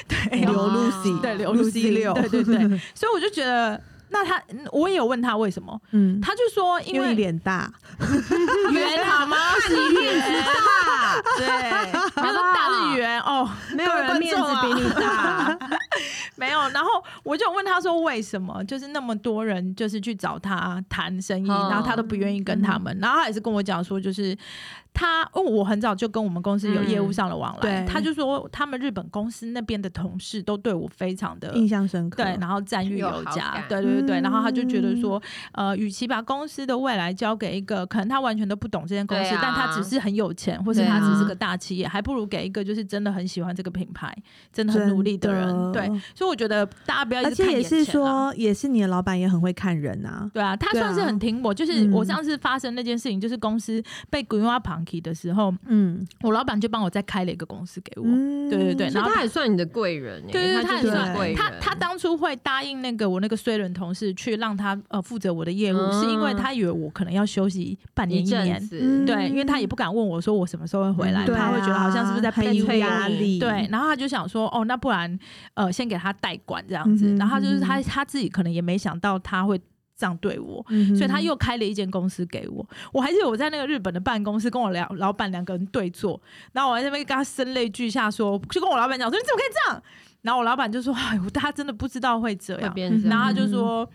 Speaker 2: 对，
Speaker 1: 刘
Speaker 3: 哇
Speaker 1: Lucy，
Speaker 2: 哎对刘
Speaker 1: Lucy 六，
Speaker 2: 对对对，所以我就觉得。那他，嗯我也有问他为什么，
Speaker 1: 嗯，
Speaker 2: 他就说因
Speaker 1: 因为
Speaker 2: 为
Speaker 1: 你脸大，
Speaker 2: 圆好吗？是圆，对，他说大是圆哦，
Speaker 3: 没有人面子比你大，
Speaker 2: 没有。然后我就问他说为什么，就是那么多人就是去找他谈生意，
Speaker 3: 嗯
Speaker 2: 然后他都不愿意跟
Speaker 1: 嗯
Speaker 2: 他们，然后他也是跟我讲说，就是他，哦，我很早就跟我们公司有业务上的往来，
Speaker 1: 嗯对
Speaker 2: 他就说他们日本公司那边的同事都对我非常的
Speaker 1: 印象深刻。
Speaker 2: 对，然后赞誉
Speaker 3: 有
Speaker 2: 有
Speaker 3: 好
Speaker 2: 加
Speaker 3: 感，
Speaker 2: 对对对对，然后他就觉得
Speaker 1: 嗯
Speaker 2: 说，呃，与其把公司的未来交给一个可能他完全都不懂这间公
Speaker 3: 对
Speaker 2: 司，但他
Speaker 3: 啊
Speaker 2: 只是很有钱，或是
Speaker 3: 对
Speaker 2: 他只
Speaker 1: 啊
Speaker 2: 是个大企业，还不如给一个就是真的很喜欢这个品牌、真的很努力的人。
Speaker 1: 真的
Speaker 2: 对，所以我觉得大家不要一
Speaker 1: 而
Speaker 2: 直看
Speaker 1: 且也
Speaker 2: 眼前啊
Speaker 1: 是
Speaker 2: 啦。
Speaker 1: 说，也是你的老板也很会看人啊。
Speaker 2: 对啊，他
Speaker 1: 对
Speaker 2: 算是
Speaker 1: 啊
Speaker 2: 很挺我。就是我
Speaker 1: 嗯
Speaker 2: 上次发生那件事情，就是公司被鬼挖 p a n k 的时候，
Speaker 1: 嗯，
Speaker 2: 我老板就帮我再开了一个公司给我。
Speaker 1: 嗯
Speaker 2: 对对对
Speaker 3: 所
Speaker 2: 然
Speaker 3: 以
Speaker 2: 后
Speaker 3: 他也算你的贵人欸，
Speaker 2: 对对，对
Speaker 3: 他
Speaker 2: 他
Speaker 3: 就
Speaker 2: 也
Speaker 3: 是
Speaker 1: 算
Speaker 3: 贵人，
Speaker 2: 他他当初会答应那个我那个衰人同事去让他呃负责我的业务，
Speaker 3: 嗯
Speaker 2: 是因为他以为我可能要休息半年
Speaker 3: 一
Speaker 2: 一
Speaker 3: 阵
Speaker 2: 年。
Speaker 1: 嗯
Speaker 3: 子，
Speaker 2: 对，因为他也不敢问我说我什么时候会回来，
Speaker 1: 对啊
Speaker 2: 他会觉得好像是不是在
Speaker 1: 很
Speaker 2: 逼
Speaker 1: 有
Speaker 2: 我。
Speaker 1: 压力？
Speaker 2: 对，，然后他就想说，哦，那不然呃，先给他代管这样子。
Speaker 1: 嗯哼
Speaker 2: 然后他就是他
Speaker 1: 嗯
Speaker 2: 他自己可能也没想到他会这样对我，
Speaker 1: 嗯
Speaker 2: 所以他又开了一间公司给我。我还记得我在那个日本的办公室跟我老老板两个人对坐，然后我在那边跟他声泪俱下说，就跟我老板讲说你怎么可以这样？然后我老板就说：“哎呦，他真的不知道会这
Speaker 3: 会
Speaker 2: 样。
Speaker 3: 变这”
Speaker 2: 然后
Speaker 3: 样
Speaker 2: 他
Speaker 1: 嗯
Speaker 2: 就说。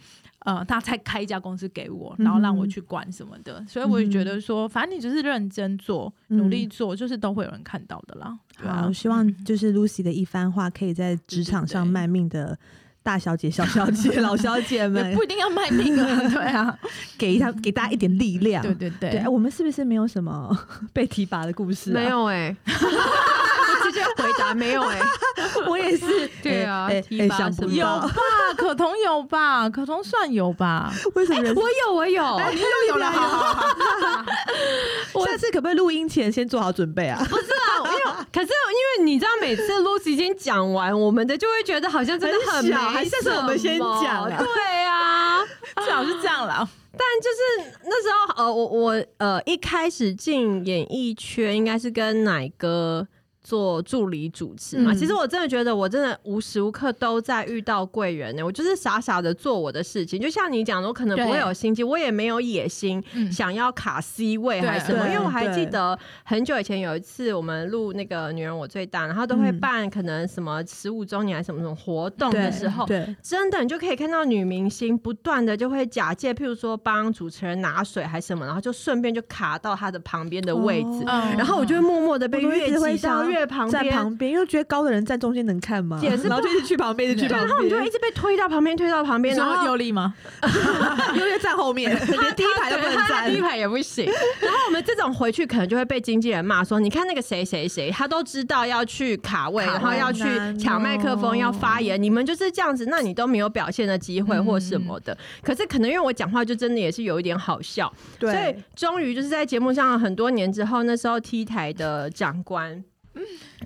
Speaker 2: 呃，他才开一家公司给我，然后让
Speaker 1: 嗯
Speaker 2: 我去管什么的，所以我也觉得说，反正你就是认真做、
Speaker 1: 嗯
Speaker 2: 努力做，就是都会有人看到的啦。对啊
Speaker 1: 好，希望就是 Lucy 的一番话，可以在职场上卖命的大小姐、小小 姐、老小姐
Speaker 2: 嗯也
Speaker 1: 们
Speaker 2: 不一定要卖命 啊，对啊，
Speaker 1: 给一下给大家一点力量。
Speaker 2: 对对对
Speaker 1: 对，哎我们是不是没有什么 被提拔的故事？啊
Speaker 3: 没，有 哎，我直接回答没有哎，
Speaker 1: 我也是。
Speaker 3: 对啊
Speaker 1: 哎哎
Speaker 3: 提拔
Speaker 1: 哎想不
Speaker 3: 什么
Speaker 2: 有
Speaker 1: 到
Speaker 2: 吧，可彤有吧，可彤算有 吧，
Speaker 1: 为什么
Speaker 2: 哎
Speaker 1: 人
Speaker 3: 我有我有，
Speaker 2: 你
Speaker 1: 啊
Speaker 2: 又有了，好好好，
Speaker 1: 下次可不可以录音前先做好准备啊？
Speaker 3: 啊，因为可是 因为你知道，每次 Lucy 已经讲完，我们的就会觉得好像真的
Speaker 1: 很
Speaker 3: 没
Speaker 1: 小还是是我们先讲啊
Speaker 3: 什么对啊。
Speaker 2: 最好是这样啦。
Speaker 3: 但就是那时候，呃，我我呃一开始进演艺圈，应该是跟奶哥。做助理主持嘛，
Speaker 1: 嗯
Speaker 3: 其实我真的觉得，我真的无时无刻都在遇到贵人欸呢、我就是傻傻的做我的事情，就像你讲的，我可能不会
Speaker 2: 对
Speaker 3: 有心机，我也没有野心，
Speaker 2: 嗯
Speaker 3: 想要卡 C 位还是什么？
Speaker 1: 对
Speaker 3: 因为我还
Speaker 1: 对
Speaker 3: 记得很久以前有一次我们录那个《女人我最大》，然后都会
Speaker 1: 嗯
Speaker 3: 办可能什么十五周年还是什么什么活动
Speaker 1: 对
Speaker 3: 的时
Speaker 2: 哦
Speaker 3: 候，
Speaker 1: 对，
Speaker 3: 真的你就可以看到女明星不断的就会假借，譬如说帮主持人拿水还是什么，然后就顺便就卡到她的旁边的位置，
Speaker 2: 嗯
Speaker 3: 然后我就会默默的
Speaker 1: 哦
Speaker 3: 被
Speaker 1: 我都一
Speaker 3: 越
Speaker 1: 直会
Speaker 3: 挤到
Speaker 1: 想
Speaker 3: 越旁
Speaker 1: 站
Speaker 3: 边，
Speaker 1: 旁边，因为觉得高的人站中间能看吗？
Speaker 3: 也是不
Speaker 1: 然后就一直去旁边，一直去
Speaker 2: 对
Speaker 1: 旁
Speaker 3: 然后你就会一
Speaker 1: 边，
Speaker 3: 直被推到旁边，推到旁边，然后
Speaker 2: 有力吗？
Speaker 1: 因为站后面，连第一排都不能
Speaker 3: 对他
Speaker 1: 站
Speaker 3: 第一。排也 不行。然后我们这种回去可能就会被经纪人骂说，你看那个谁谁谁，他都知道要去卡位，
Speaker 1: 卡位
Speaker 3: 然后要去抢麦克
Speaker 1: 难
Speaker 3: 风，
Speaker 1: 哦
Speaker 3: 要发言，你们就是这样子，那你都没有表现的机会或什么
Speaker 1: 嗯
Speaker 3: 的。可是可能因为我讲话就真的也是有一点好笑，所以
Speaker 1: 对，
Speaker 3: 终于就是在节目上很多年之后，那时候 T 台的长官。
Speaker 1: 嗯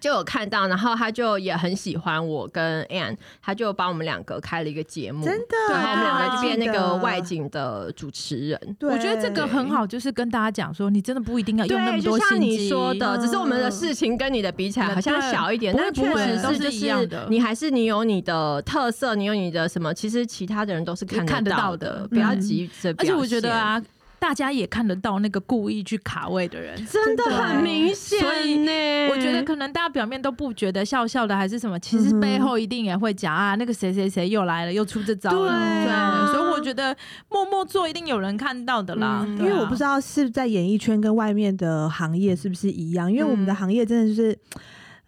Speaker 3: 就有看到，然后他就也很喜欢我跟 Ann，他就把我们两个开了一个节目，
Speaker 1: 真的，
Speaker 3: 嗯对，然后我们两个
Speaker 2: 啊
Speaker 3: 就变那个外景的主持人。
Speaker 1: 对。
Speaker 2: 我觉得这个很好，就是跟大家讲说，你真的不一定啊要用那
Speaker 3: 对，
Speaker 2: 么
Speaker 3: 就
Speaker 2: 多
Speaker 3: 像
Speaker 2: 心
Speaker 3: 你
Speaker 2: 机。嗯
Speaker 3: 说的，
Speaker 1: 嗯
Speaker 3: 只是我们的事情跟你的比起来好像小一点，
Speaker 2: 对
Speaker 3: 但
Speaker 2: 不会
Speaker 3: 确
Speaker 2: 不
Speaker 1: 会
Speaker 3: 实
Speaker 1: 都
Speaker 3: 是
Speaker 2: 是
Speaker 3: 就
Speaker 2: 一样的
Speaker 3: 你还是你有你的特色，你有你的什么，其实其他的人都是看
Speaker 2: 看得
Speaker 3: 到
Speaker 2: 到
Speaker 3: 的
Speaker 2: 的，
Speaker 3: 不要
Speaker 1: 嗯
Speaker 3: 急着表
Speaker 2: 而
Speaker 3: 现。
Speaker 2: 且我觉得啊，大家也看得到那个故意去卡位的人。
Speaker 3: 真的
Speaker 1: 真的
Speaker 3: 很明显
Speaker 2: 所以
Speaker 3: 呢，
Speaker 2: 我觉得可能大家表面都不觉得笑笑的还是什么，其实
Speaker 1: 嗯哼
Speaker 2: 背后一定也会讲啊，那个谁谁谁又来了，又出这招了。
Speaker 3: 对啊
Speaker 2: 对所以我觉得默默做一定有人看到的啦。啊
Speaker 3: 嗯
Speaker 1: 因为我不知
Speaker 2: 道，
Speaker 1: 道是在演艺圈跟外面的行业是不是一样，因为我们的
Speaker 3: 嗯
Speaker 1: 行业真的就是。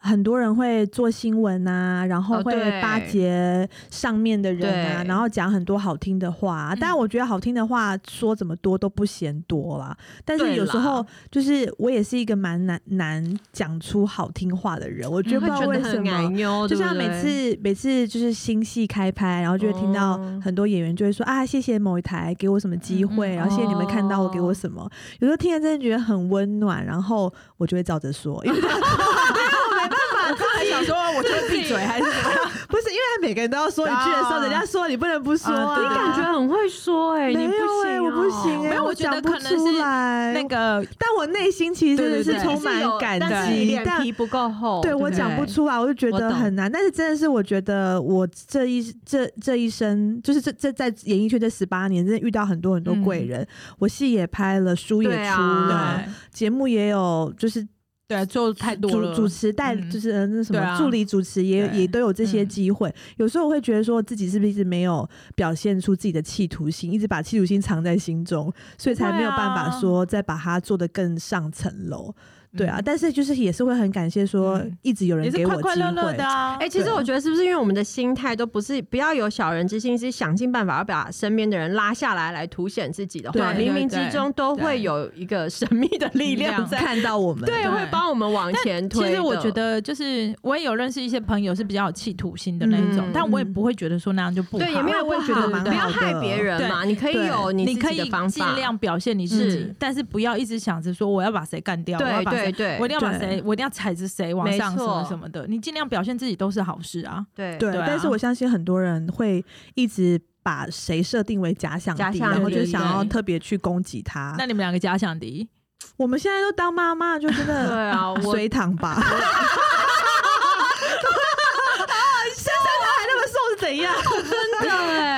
Speaker 1: 很多人会做新闻啊，然后
Speaker 3: 哦
Speaker 1: 会
Speaker 3: 对
Speaker 1: 巴结上面的人啊，
Speaker 3: 对
Speaker 1: 然后讲很多好听的话、啊。但
Speaker 2: 嗯
Speaker 1: 我觉得好听的话说怎么多都不嫌多啦。但是
Speaker 3: 对
Speaker 1: 有时
Speaker 3: 啦
Speaker 1: 候就是我也是一个蛮难难讲出好听话的人，我觉得不
Speaker 3: 嗯会
Speaker 1: 知道
Speaker 3: 觉
Speaker 1: 为
Speaker 3: 得
Speaker 1: 什
Speaker 3: 很
Speaker 1: 么。
Speaker 3: 难
Speaker 2: 哦
Speaker 3: 哟，
Speaker 1: 就
Speaker 3: 对不
Speaker 1: 像每
Speaker 3: 对
Speaker 1: 次每次就是新戏开拍，然后就会听到
Speaker 3: 哦
Speaker 1: 很多演员就会说、啊，谢谢某一台给我什么机会，
Speaker 2: 嗯嗯哦
Speaker 1: 然后谢谢你们看到我给我什么。有时候听了真的觉得很温暖，然后我就会照着说，因为
Speaker 2: 我刚才想说，我就闭嘴还是怎么样？
Speaker 1: 不是因因为每个人都要说一句的时候，
Speaker 2: 啊
Speaker 1: 人家说你不能不说啊。
Speaker 2: 啊对
Speaker 3: 你感觉很会说哎、
Speaker 1: 没
Speaker 3: 你不
Speaker 1: 有
Speaker 3: 行、
Speaker 1: 哎，
Speaker 3: 哦
Speaker 1: 我不行哎，
Speaker 2: 没有我觉得
Speaker 1: 讲不
Speaker 2: 可能是
Speaker 1: 出来
Speaker 2: 那个
Speaker 1: 但我内心其实真的
Speaker 2: 对对
Speaker 1: 是
Speaker 2: 对
Speaker 1: 充满感
Speaker 3: 但是你
Speaker 1: 激，
Speaker 3: 脸
Speaker 1: 但
Speaker 3: 皮不够厚，
Speaker 1: 对我
Speaker 3: 不
Speaker 1: 讲不出来，我就觉
Speaker 3: 哦我
Speaker 1: 得
Speaker 3: 懂
Speaker 1: 很难。但是真的是，我觉得我这一这这一生，就是这这在演艺圈这十八年，真的遇到很多很多贵人。我戏也拍了，书也
Speaker 3: 嗯对
Speaker 1: 出
Speaker 3: 啊
Speaker 1: 了，节目也有，就是
Speaker 2: 对，做太多
Speaker 1: 主
Speaker 2: 了，
Speaker 1: 主持带
Speaker 2: 嗯
Speaker 1: 就是呃那什
Speaker 2: 对
Speaker 1: 么
Speaker 2: 啊
Speaker 1: 助理主持也
Speaker 2: 对
Speaker 1: 也都有这些
Speaker 2: 嗯
Speaker 1: 机会。有时候我会觉得说自己是不是一直没有表现出自己的企图心，一直把企图心藏在心中，所以才没有办法
Speaker 2: 不会啊
Speaker 1: 说再把它做得更上层楼。
Speaker 2: 嗯
Speaker 1: 对啊，但是就是也是会很感谢说
Speaker 2: 嗯
Speaker 1: 一直有人
Speaker 2: 也
Speaker 1: 给
Speaker 2: 是
Speaker 1: 我
Speaker 2: 快
Speaker 1: 机
Speaker 2: 快乐乐
Speaker 1: 会
Speaker 2: 的啊。
Speaker 3: 哎、其实
Speaker 1: 对
Speaker 3: 我觉得是不是因为我们的心态都不是不要有小人之心，是想尽办法要把身边的人拉下来，来凸显自己的话，
Speaker 1: 对
Speaker 3: 冥
Speaker 2: 对
Speaker 3: 冥之
Speaker 2: 对
Speaker 3: 中都会
Speaker 2: 对
Speaker 3: 有一个神秘的力 量
Speaker 2: 量
Speaker 3: 在，
Speaker 1: 看到我们
Speaker 3: 对，
Speaker 2: 对
Speaker 3: 会帮我们往前推
Speaker 2: 其
Speaker 3: 的。
Speaker 2: 实我觉得，就是我也有认识一些朋友是比较有企图心的那一种，
Speaker 3: 嗯
Speaker 2: 但我也不会觉得说那样就不好。
Speaker 3: 对，也没有
Speaker 1: 我
Speaker 3: 不
Speaker 1: 也
Speaker 3: 好，
Speaker 1: 觉得蛮
Speaker 3: 不要
Speaker 1: 好的
Speaker 3: 害别人嘛，你可以
Speaker 1: 对
Speaker 3: 有
Speaker 2: 你
Speaker 3: 自
Speaker 2: 可
Speaker 3: 己的
Speaker 2: 以
Speaker 3: 方法，
Speaker 2: 尽量表现你自己
Speaker 3: 嗯，
Speaker 2: 但是不要一直想着说我要把谁干掉，我要
Speaker 3: 对
Speaker 2: 把
Speaker 3: 对
Speaker 2: 谁，
Speaker 3: 对，
Speaker 2: 我一定要把
Speaker 1: 对
Speaker 2: 谁，我一定要踩着谁往上
Speaker 3: 没
Speaker 2: 什
Speaker 3: 错
Speaker 2: 么什么的。你尽量表现自己都是好事啊。
Speaker 3: 对
Speaker 1: 对，
Speaker 2: 对啊
Speaker 1: 但是我相信很多人会一直把谁设定为假想
Speaker 3: 假
Speaker 1: 敌，
Speaker 3: 想
Speaker 1: 然后就
Speaker 2: 敌
Speaker 1: 想要
Speaker 2: 对
Speaker 1: 特别去攻击他
Speaker 2: 那。你们两个假想敌，
Speaker 1: 我们现在都当妈妈，就真
Speaker 3: 对
Speaker 1: 的
Speaker 3: 啊，我
Speaker 1: 随躺吧。现在都还那么瘦是怎样？
Speaker 3: 真的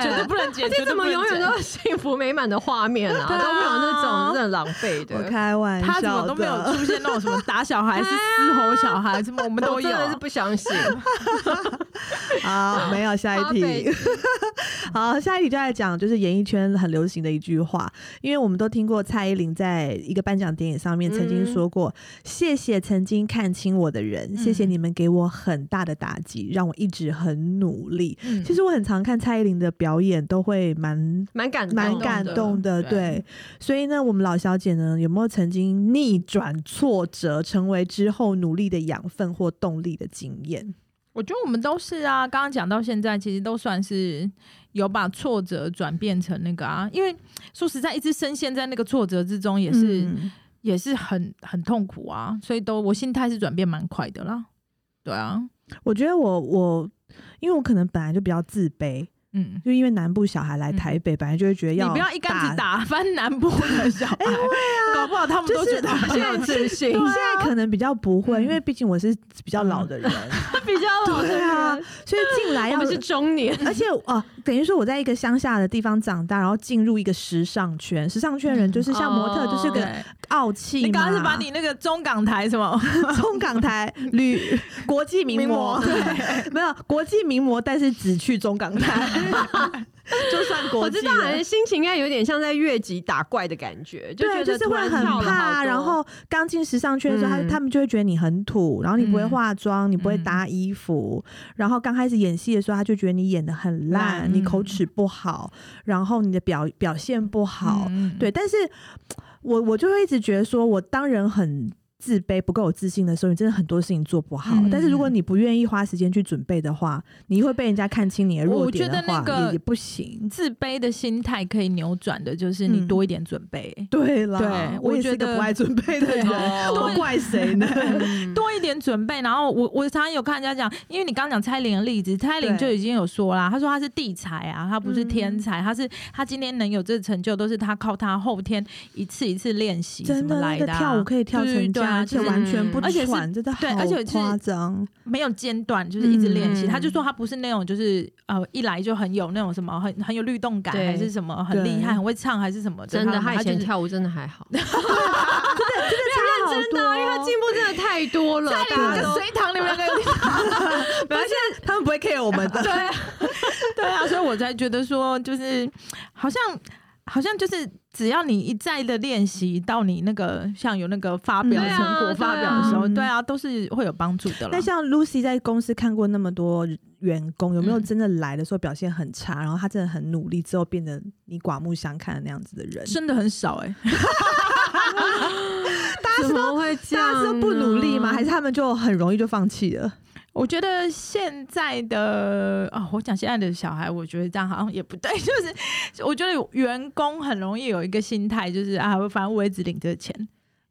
Speaker 2: 绝 对
Speaker 3: 哎。
Speaker 2: 不能解，
Speaker 3: 这
Speaker 2: 绝对不
Speaker 3: 怎么
Speaker 2: 能
Speaker 3: 永远
Speaker 2: 剪
Speaker 3: 都是幸福美满的画面啊？
Speaker 1: 对啊
Speaker 3: 都没有那种真的浪费的。
Speaker 1: 我开玩
Speaker 2: 他
Speaker 1: 笑
Speaker 2: 怎么都没有
Speaker 1: 的。
Speaker 2: 出现那种什么打小孩 是嘶吼小孩，什么我们都
Speaker 3: 我真
Speaker 2: 有。
Speaker 3: 的是不相信。
Speaker 1: 好，没有下一
Speaker 3: 好
Speaker 1: 题。， 好，下一题就来讲，就是演艺圈很流行的一句话，因为我们都听过蔡依林在一个颁奖典礼上面曾经说过：“谢谢曾经看清我的人，谢谢
Speaker 2: 嗯
Speaker 1: 你们给我很大的打击，让我一直很努力。”
Speaker 2: 嗯
Speaker 1: 其实我很常看蔡依林的表演，都会蛮
Speaker 3: 蛮感
Speaker 1: 蛮
Speaker 3: 的
Speaker 1: 感动的，
Speaker 2: 对
Speaker 1: 对。所以呢，我们老小姐呢，有没有曾经逆转挫折，成为之后努力的养分或动力的经验？
Speaker 2: 我觉得我们都是啊，刚刚讲到现在，其实都算是有把挫折转变成那个啊，因为说实在，一直深陷在那个挫折之中，也是、
Speaker 1: 嗯
Speaker 2: 也是很很痛苦啊，所以都我心态是转变蛮快的啦。对啊，
Speaker 1: 我觉得我我，因为我可能本来就比较自卑，
Speaker 2: 嗯，
Speaker 1: 就因为南部小孩来台北，本来就会觉得
Speaker 2: 你
Speaker 1: 要
Speaker 2: 不要一竿子
Speaker 1: 打。
Speaker 2: 打翻南部的小孩，搞不好他们
Speaker 1: 就
Speaker 2: 都
Speaker 1: 是
Speaker 2: 觉得很
Speaker 3: 很
Speaker 2: 有
Speaker 3: 有
Speaker 2: 自
Speaker 3: 自信
Speaker 1: 你，现在啊可能比较不会，
Speaker 2: 啊嗯
Speaker 1: 因为毕竟我是比较老的人，
Speaker 3: 比较老
Speaker 1: 对啊，所以进来
Speaker 3: 我
Speaker 1: 要
Speaker 3: 们是中年，
Speaker 1: 而且哦、等于说我在一个乡下的地方长大，然后进入一个时尚圈，时尚圈的人就是像模特，
Speaker 3: 嗯
Speaker 1: 就是个
Speaker 2: 哦对
Speaker 1: 傲气嘛。
Speaker 2: 你刚刚是把你那个中港台什么
Speaker 1: 冲港台旅 国际名模，对， 没有国际名模，但是只去中港台， 就算国
Speaker 3: 我
Speaker 1: 际
Speaker 3: 知
Speaker 1: 了。
Speaker 3: 道，心情应该有点像在越级打怪的感觉，就
Speaker 1: 对，
Speaker 3: 觉
Speaker 1: 就
Speaker 3: 得
Speaker 1: 是
Speaker 3: 突
Speaker 1: 会
Speaker 3: 然
Speaker 1: 很
Speaker 3: 跳了好
Speaker 1: 怕，
Speaker 3: 多
Speaker 1: 然后刚进时尚圈的时候，他
Speaker 3: 嗯
Speaker 1: 他们就会觉得你很土，然后你不会
Speaker 2: 嗯
Speaker 1: 化妆，你不会搭衣服，然后刚开始演戏的时候，他就觉得你演的很烂，
Speaker 2: 烂
Speaker 1: 你口齿不好，然后你的表表现不好，，
Speaker 2: 嗯
Speaker 1: 对，，但是我我就会一直觉得说，我当人很。自卑不够有自信的时候，你真的很多事情做不好。
Speaker 2: 嗯
Speaker 1: 但是如果你不愿意花时间去准备的话，你会被人家看清你的弱
Speaker 2: 我
Speaker 1: 点
Speaker 2: 觉得
Speaker 1: 的话，
Speaker 2: 那个
Speaker 1: 也也不行。
Speaker 2: 自卑的心态可以扭转的，就是你
Speaker 1: 嗯
Speaker 2: 多一点准备。
Speaker 1: 对啦，
Speaker 2: 对
Speaker 1: 我
Speaker 2: 我
Speaker 1: 也是
Speaker 2: 觉
Speaker 1: 一个
Speaker 2: 得
Speaker 1: 不爱准备的
Speaker 2: 对
Speaker 1: 人。
Speaker 3: 哦
Speaker 1: 都怪谁呢？
Speaker 3: 嗯
Speaker 2: 多一点准备，然后我我常常有看人家讲，因为你刚刚讲蔡依林的例子，蔡依林
Speaker 1: 对嗯
Speaker 2: 就已经有说啦，她说她是地才啊，她不是天才，她是她今天能有这成就，都是她靠她后天一次一次练习什
Speaker 1: 真
Speaker 2: 么
Speaker 1: 的
Speaker 2: 来
Speaker 1: 那个
Speaker 2: 的啊、
Speaker 1: 跳舞可以跳
Speaker 2: 对
Speaker 1: 成这
Speaker 2: 对
Speaker 1: 样，
Speaker 2: 啊
Speaker 1: 而且
Speaker 2: 就是
Speaker 1: 完全不
Speaker 2: 而且是
Speaker 1: 喘，真的好
Speaker 2: 对而且是
Speaker 1: 夸张。
Speaker 2: 没有间断，就是一直练习。
Speaker 3: 嗯
Speaker 2: 她就说她不是那种就是呃一来就很有那种什么很很有律动感，
Speaker 3: 对
Speaker 2: 还是什么很厉
Speaker 1: 对
Speaker 2: 害，很会唱还是什么的。
Speaker 3: 真的，他以前
Speaker 2: 就是
Speaker 3: 跳舞真的还好，
Speaker 1: 真
Speaker 3: 真的啊，因 为他进步真的太多了，大家
Speaker 2: 跟
Speaker 3: 都
Speaker 2: 隋唐你们两个
Speaker 1: 而且他们不会 care 我们的，
Speaker 3: 对啊，
Speaker 2: 对啊，所以我才觉得说，就是好像好像就是只要你一再的练习，到你那个像有那个发表
Speaker 1: 嗯
Speaker 2: 成果、
Speaker 3: 对啊
Speaker 2: 发表的时候，
Speaker 1: 对啊
Speaker 2: 对啊，都是会有帮助的啦
Speaker 1: 那。像 Lucy 在公司看过那么多员工，有没有
Speaker 2: 嗯
Speaker 1: 真的来的时候表现很差，然后他真的很努力之后变得你刮目相看的那样子的人？
Speaker 2: 真的很少哎、
Speaker 3: 怎么会这
Speaker 1: 大家
Speaker 3: 样？
Speaker 1: 是都不努力
Speaker 2: 啊
Speaker 1: 吗？还？是他们就很容易就放弃了？
Speaker 2: 我觉得现在的啊、我讲现在的小孩，我觉得这样好像也不对。 就是我觉得员工很容易有一个心态，就是啊，反正我也只领这钱，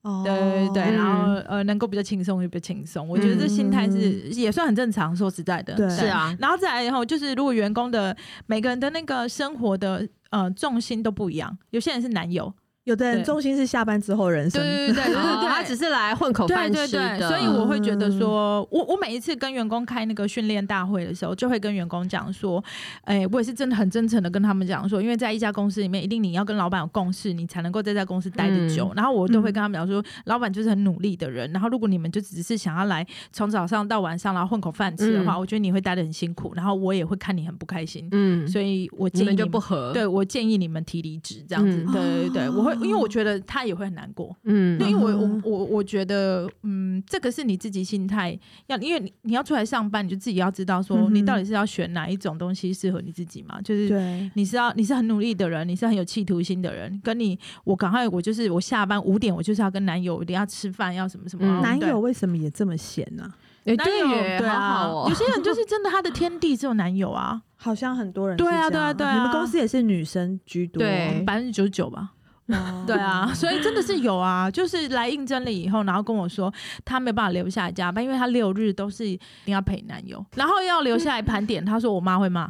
Speaker 1: 哦
Speaker 2: 对对对，
Speaker 3: 嗯
Speaker 2: 然后呃，能够比较轻松就比较轻松，我觉得这心态是也算很正常，说实在的，
Speaker 1: 对
Speaker 3: 是啊，
Speaker 2: 然后再来以后，就是如果员工的每个人的那个生活的呃重心都不一样，有些人是男友，
Speaker 1: 有的人
Speaker 2: 对
Speaker 1: 重心是下班之后人生，
Speaker 2: 对对对对
Speaker 3: 哦他只是来混口
Speaker 2: 对
Speaker 3: 饭
Speaker 2: 对
Speaker 3: 吃
Speaker 2: 对，
Speaker 3: 的，嗯
Speaker 2: 所以我会觉得说，我我每一次跟员工开那个训练大会的时候，就会跟员工讲说，哎、我也是真的很真诚的跟他们讲说，因为在一家公司里面，一定你要跟老板有共识，你才能够在这家公司待
Speaker 3: 嗯
Speaker 2: 得久。然后我都会跟他们讲说，老板就是很努力的人，然后如果你们就只是想要来从早上到晚上，然后混口饭吃的话，
Speaker 3: 嗯
Speaker 2: 我觉得你会待得很辛苦，然后我也会看你很不开心，
Speaker 3: 嗯，
Speaker 2: 所以我
Speaker 3: 你
Speaker 2: 建议
Speaker 3: 们就
Speaker 2: 们
Speaker 3: 不合，，
Speaker 2: 对我建议你们提离职这样子，
Speaker 3: 嗯
Speaker 2: 对对对，我会因为我觉得他也会很难过，对，
Speaker 3: 嗯
Speaker 2: 因为我
Speaker 1: 嗯
Speaker 2: 我我我觉得，嗯，这个是你自己心态要，因为你你要出来上班，你就自己要知道
Speaker 1: 嗯
Speaker 2: 说，
Speaker 1: 哼
Speaker 2: 你到底是要选哪一种东西适合你自己嘛，就是。
Speaker 1: 对
Speaker 2: 你是要你是很努力的人，你是很有企图心的人。跟你，我赶快，我就是我下班五点，我就是要跟男友，我一定要吃饭，要什么什么。
Speaker 3: 嗯
Speaker 1: 男
Speaker 2: 对
Speaker 1: 友为什么也这么闲呢、
Speaker 3: 哎
Speaker 2: 男
Speaker 3: 对
Speaker 2: 友
Speaker 3: 耶，
Speaker 2: 对
Speaker 3: 好
Speaker 2: 啊，
Speaker 3: 好哦
Speaker 2: 有，些人就是真的，他的天地只有男友啊，
Speaker 1: 好像很多人
Speaker 2: 对啊
Speaker 1: 是这样
Speaker 2: 对啊对啊
Speaker 1: 你们公司也是女生居多，
Speaker 3: 对
Speaker 2: 哦百分之九十九吧。
Speaker 1: 哇
Speaker 2: 对啊，所以真的是有啊，就是来应征了以后，然后跟我说他没办法留下来加班，因为他六日都是一定要陪男友，然后要留下来盘点。他说我妈会骂，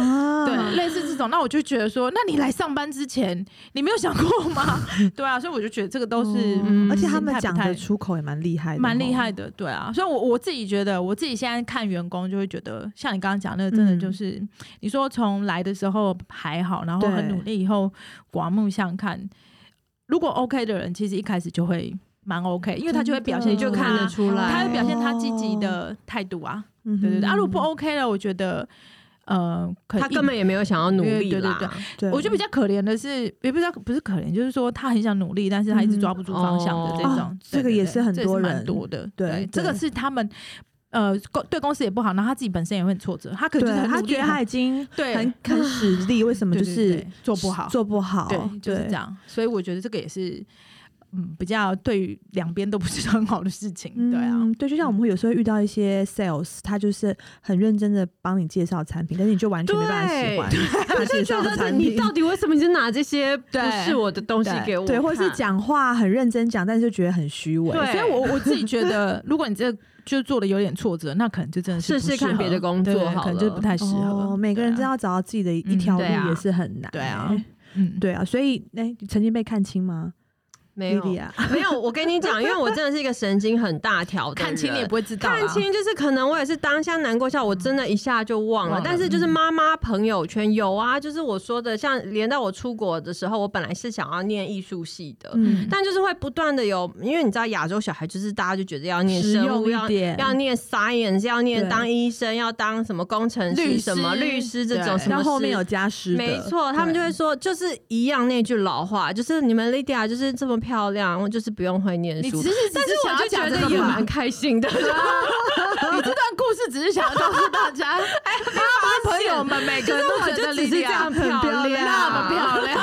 Speaker 1: 啊
Speaker 2: 对，类似这种。那我就觉得说，那你来上班之前，你没有想过吗？对啊，所以我就觉得这个都是，
Speaker 1: 嗯
Speaker 2: 嗯
Speaker 1: 而且他们
Speaker 2: 心态
Speaker 1: 讲
Speaker 2: 不太
Speaker 1: 的出口也蛮厉害的，哦
Speaker 2: 蛮厉害。的，对啊。所以我，我自己觉得，我自己现在看员工就会觉得，像你刚刚讲那个，真的
Speaker 3: 嗯
Speaker 2: 就是、你说从来的时候还好，然后
Speaker 1: 对
Speaker 2: 很努力，以后刮目相看。如果 OK 的人，其实一开始就会蛮 OK，因为他就会表现
Speaker 1: 真
Speaker 3: 你
Speaker 1: 的哦
Speaker 2: 出
Speaker 3: 就
Speaker 2: 他
Speaker 3: 看得出来，哦
Speaker 2: 他会表现他积极的态度啊，
Speaker 1: 嗯
Speaker 2: 对对对。啊，如果不
Speaker 1: 哼
Speaker 2: OK 了，我觉得，呃，可能
Speaker 3: 他根本也没有想要努力啦，
Speaker 2: 对对
Speaker 1: 对
Speaker 2: 哦我觉得比较可怜的是，也不知道不是可怜，就是说他很想努力，但是他一直抓不住方向的这
Speaker 1: 嗯
Speaker 2: 种。
Speaker 1: 哦这
Speaker 2: 对
Speaker 1: 个也是很
Speaker 2: 对对
Speaker 1: 多
Speaker 2: 这也是
Speaker 1: 人
Speaker 2: 蛮多的。
Speaker 1: 对对
Speaker 2: 对，这个是他们呃公对公司也不好，然后他自己本身也会很挫折，他可能就
Speaker 1: 对
Speaker 2: 是很
Speaker 1: 他
Speaker 2: 努力
Speaker 1: 觉得他已经
Speaker 2: 对
Speaker 1: 很很使力，为什么
Speaker 2: 对
Speaker 1: 就
Speaker 2: 对
Speaker 1: 是
Speaker 2: 对做不好，
Speaker 1: 做不好？
Speaker 2: 对，就是这
Speaker 1: 对。
Speaker 2: 样。所以我觉得这个也是嗯比较对于两边都不是很好的事情。对啊，
Speaker 1: 嗯，对，就像我们会有时候遇到一些 sales，他就是很认真的帮你介绍产品，但是你就完全没办法喜欢他
Speaker 3: 他
Speaker 1: 介
Speaker 3: 就
Speaker 1: 绍
Speaker 3: 觉
Speaker 1: 的
Speaker 3: 得
Speaker 1: 产
Speaker 3: 你
Speaker 1: 品。
Speaker 3: 到底为什么一直拿这些不
Speaker 2: 对
Speaker 3: 是我的东西
Speaker 1: 对
Speaker 3: 给我看？
Speaker 1: 对，或者是讲话很认真讲，但是就觉得很虚伪。
Speaker 3: 对
Speaker 2: 所以我我自己觉 得，如果你这个就做的有点挫折，那可能就真的是
Speaker 3: 试试
Speaker 2: 不适
Speaker 3: 看别的
Speaker 2: 合
Speaker 3: 工
Speaker 2: 对
Speaker 3: 作
Speaker 2: 对
Speaker 3: 好
Speaker 2: 可能就
Speaker 3: 了
Speaker 2: 不太适合。
Speaker 1: 哦，每个人
Speaker 2: 对啊
Speaker 1: 真的要找到自己的一
Speaker 2: 嗯
Speaker 1: 条路
Speaker 3: 对啊
Speaker 1: 也是很难、
Speaker 2: 对啊，嗯，
Speaker 1: 对啊，所以哎、你曾经被看清吗？
Speaker 3: 没有
Speaker 1: 莉莉 啊，
Speaker 3: 没有，我跟你讲，因为我真的是一个神经很大条的人，
Speaker 2: 看清你也不会知道啦，
Speaker 3: 看清就是可能我也是当下难过下，我真的一下就忘了。
Speaker 1: 嗯
Speaker 2: 忘了
Speaker 3: 但是就是妈妈朋友圈有啊，就是我说的，像连到我出国的时候，我本来是想要念艺术系的，
Speaker 1: 嗯，
Speaker 3: 但就是会不断的有，因为你知道亚洲小孩就是大家就觉得要念
Speaker 1: 实
Speaker 3: 生
Speaker 1: 用
Speaker 3: 物，
Speaker 1: 一
Speaker 3: 要
Speaker 1: 点
Speaker 3: 要念 science，要念
Speaker 1: 对
Speaker 3: 当医生，要当什么工程
Speaker 2: 律
Speaker 3: 师、
Speaker 2: 师
Speaker 3: 什么律师这种，
Speaker 2: 对
Speaker 3: 什么
Speaker 1: 然后后面
Speaker 3: 师
Speaker 1: 有加湿的，
Speaker 3: 哎没错，他们就会说，就是一样那句老话，就是你们 Lydia 就是这么漂亮，我就是不用会念
Speaker 2: 你
Speaker 3: 书
Speaker 2: 只。是
Speaker 3: 但
Speaker 2: 只
Speaker 3: 是
Speaker 2: 是想要
Speaker 3: 我就觉
Speaker 2: 讲这
Speaker 3: 得
Speaker 2: 个
Speaker 3: 也
Speaker 2: 嘛
Speaker 3: 蛮，开心 的，啊
Speaker 2: 你这段故事只是想要告诉大家， 哎，妈妈朋友们每个人都
Speaker 3: 我
Speaker 2: 觉
Speaker 3: 就
Speaker 2: 得
Speaker 3: 只
Speaker 2: 莉
Speaker 3: 是
Speaker 2: 莉
Speaker 3: 这样
Speaker 2: 亚
Speaker 3: 漂亮
Speaker 2: 那么 漂亮，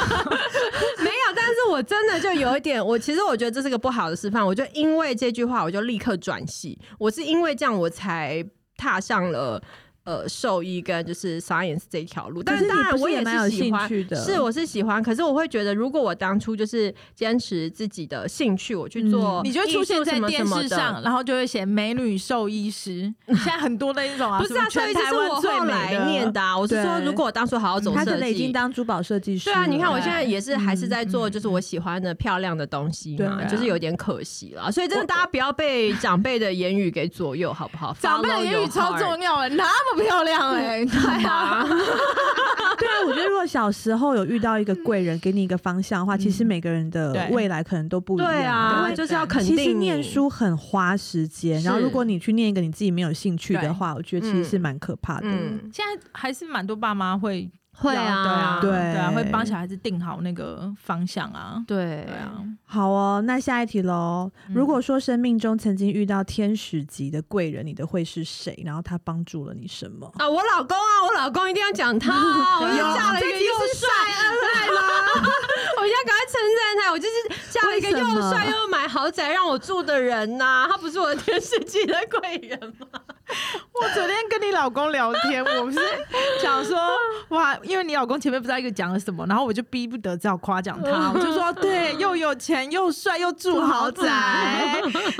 Speaker 3: 没有。但是我真的就有一点，我其实我觉得这是个不好的示范。我就因为这句话，我就立刻转系。我是因为这样，我才踏上了呃兽医跟就是 science 这条路。
Speaker 1: 可
Speaker 3: 但
Speaker 1: 是你
Speaker 3: 当然
Speaker 1: 不
Speaker 3: 我
Speaker 1: 是也蛮有
Speaker 3: 是喜
Speaker 1: 兴
Speaker 3: 欢，
Speaker 1: 趣的，
Speaker 3: 是我是喜欢，可是我会觉得，如果我当初就是坚持自己的兴趣，我去做、
Speaker 1: 嗯
Speaker 2: 你就会出现在电视
Speaker 3: 上。
Speaker 2: 上，然后就会写美女兽医 师，现在很多的一种啊，
Speaker 3: 不是
Speaker 2: 什
Speaker 3: 啊，
Speaker 2: 么
Speaker 3: 所
Speaker 2: 全
Speaker 3: 以这
Speaker 2: 台
Speaker 3: 是我
Speaker 2: 湾最
Speaker 3: 后
Speaker 2: 美
Speaker 3: 来念
Speaker 2: 的。
Speaker 3: 的啊。我是说，
Speaker 1: 对
Speaker 3: 如果我当初好好走
Speaker 1: 他可
Speaker 3: 设
Speaker 1: 能已经
Speaker 3: 计，
Speaker 1: 当珠宝设计师
Speaker 3: 对
Speaker 1: 了，
Speaker 3: 啊，你看我现在
Speaker 2: 对
Speaker 3: 也是还是在做，
Speaker 2: 嗯
Speaker 3: 就是我喜欢的漂亮的东西嘛，
Speaker 1: 对啊
Speaker 3: 就是有点可惜了。所以真
Speaker 2: 我
Speaker 3: 的，大家不要被长辈的言语给左右，好不好？
Speaker 2: 长辈的
Speaker 3: Follow
Speaker 2: 言语
Speaker 3: your
Speaker 2: 超
Speaker 3: heart
Speaker 2: 重要了，那么漂亮 哎，对啊，
Speaker 1: 对啊，我觉得如果小时候有遇到一个
Speaker 3: 嗯
Speaker 1: 贵人给你一个方向的话，其实每个人的
Speaker 2: 对
Speaker 1: 未来可能都不一样。
Speaker 3: 对啊，
Speaker 1: 因为
Speaker 3: 就是要肯
Speaker 1: 其
Speaker 3: 定
Speaker 1: 实
Speaker 3: 你
Speaker 1: 念。书很花时间，然后
Speaker 3: 是
Speaker 1: 如果你去念一个你自己没有兴趣的
Speaker 2: 对
Speaker 1: 话，我觉得其实是蛮可怕的。
Speaker 3: 嗯，
Speaker 2: 现在还是蛮多爸妈会
Speaker 3: 会
Speaker 2: 要
Speaker 3: 啊，
Speaker 2: 对
Speaker 1: 对
Speaker 2: 啊，会帮小孩子定好那个方向啊，
Speaker 3: 对
Speaker 2: 对啊，
Speaker 1: 好哦，那下一题喽。
Speaker 2: 嗯
Speaker 1: 如果说生命中曾经遇到天使级的贵人，你的会是谁？然后他帮助了你什么？
Speaker 3: 啊，我老公啊，我老公一定要讲他 啊，我就嫁了一个又帅 恩爱吗？我一定要赶快称赞他，我就是嫁了一个
Speaker 1: 为什
Speaker 3: 又
Speaker 1: 么
Speaker 3: 帅又买豪宅让我住的人呐、他不是我的电视剧的贵人吗？
Speaker 2: 我昨天跟你老公聊天，我不是讲说哇，因为你老公前面不知道一个讲了什么，然后我就逼不得只好夸奖 他，我就说对，又有钱又帅又住豪宅，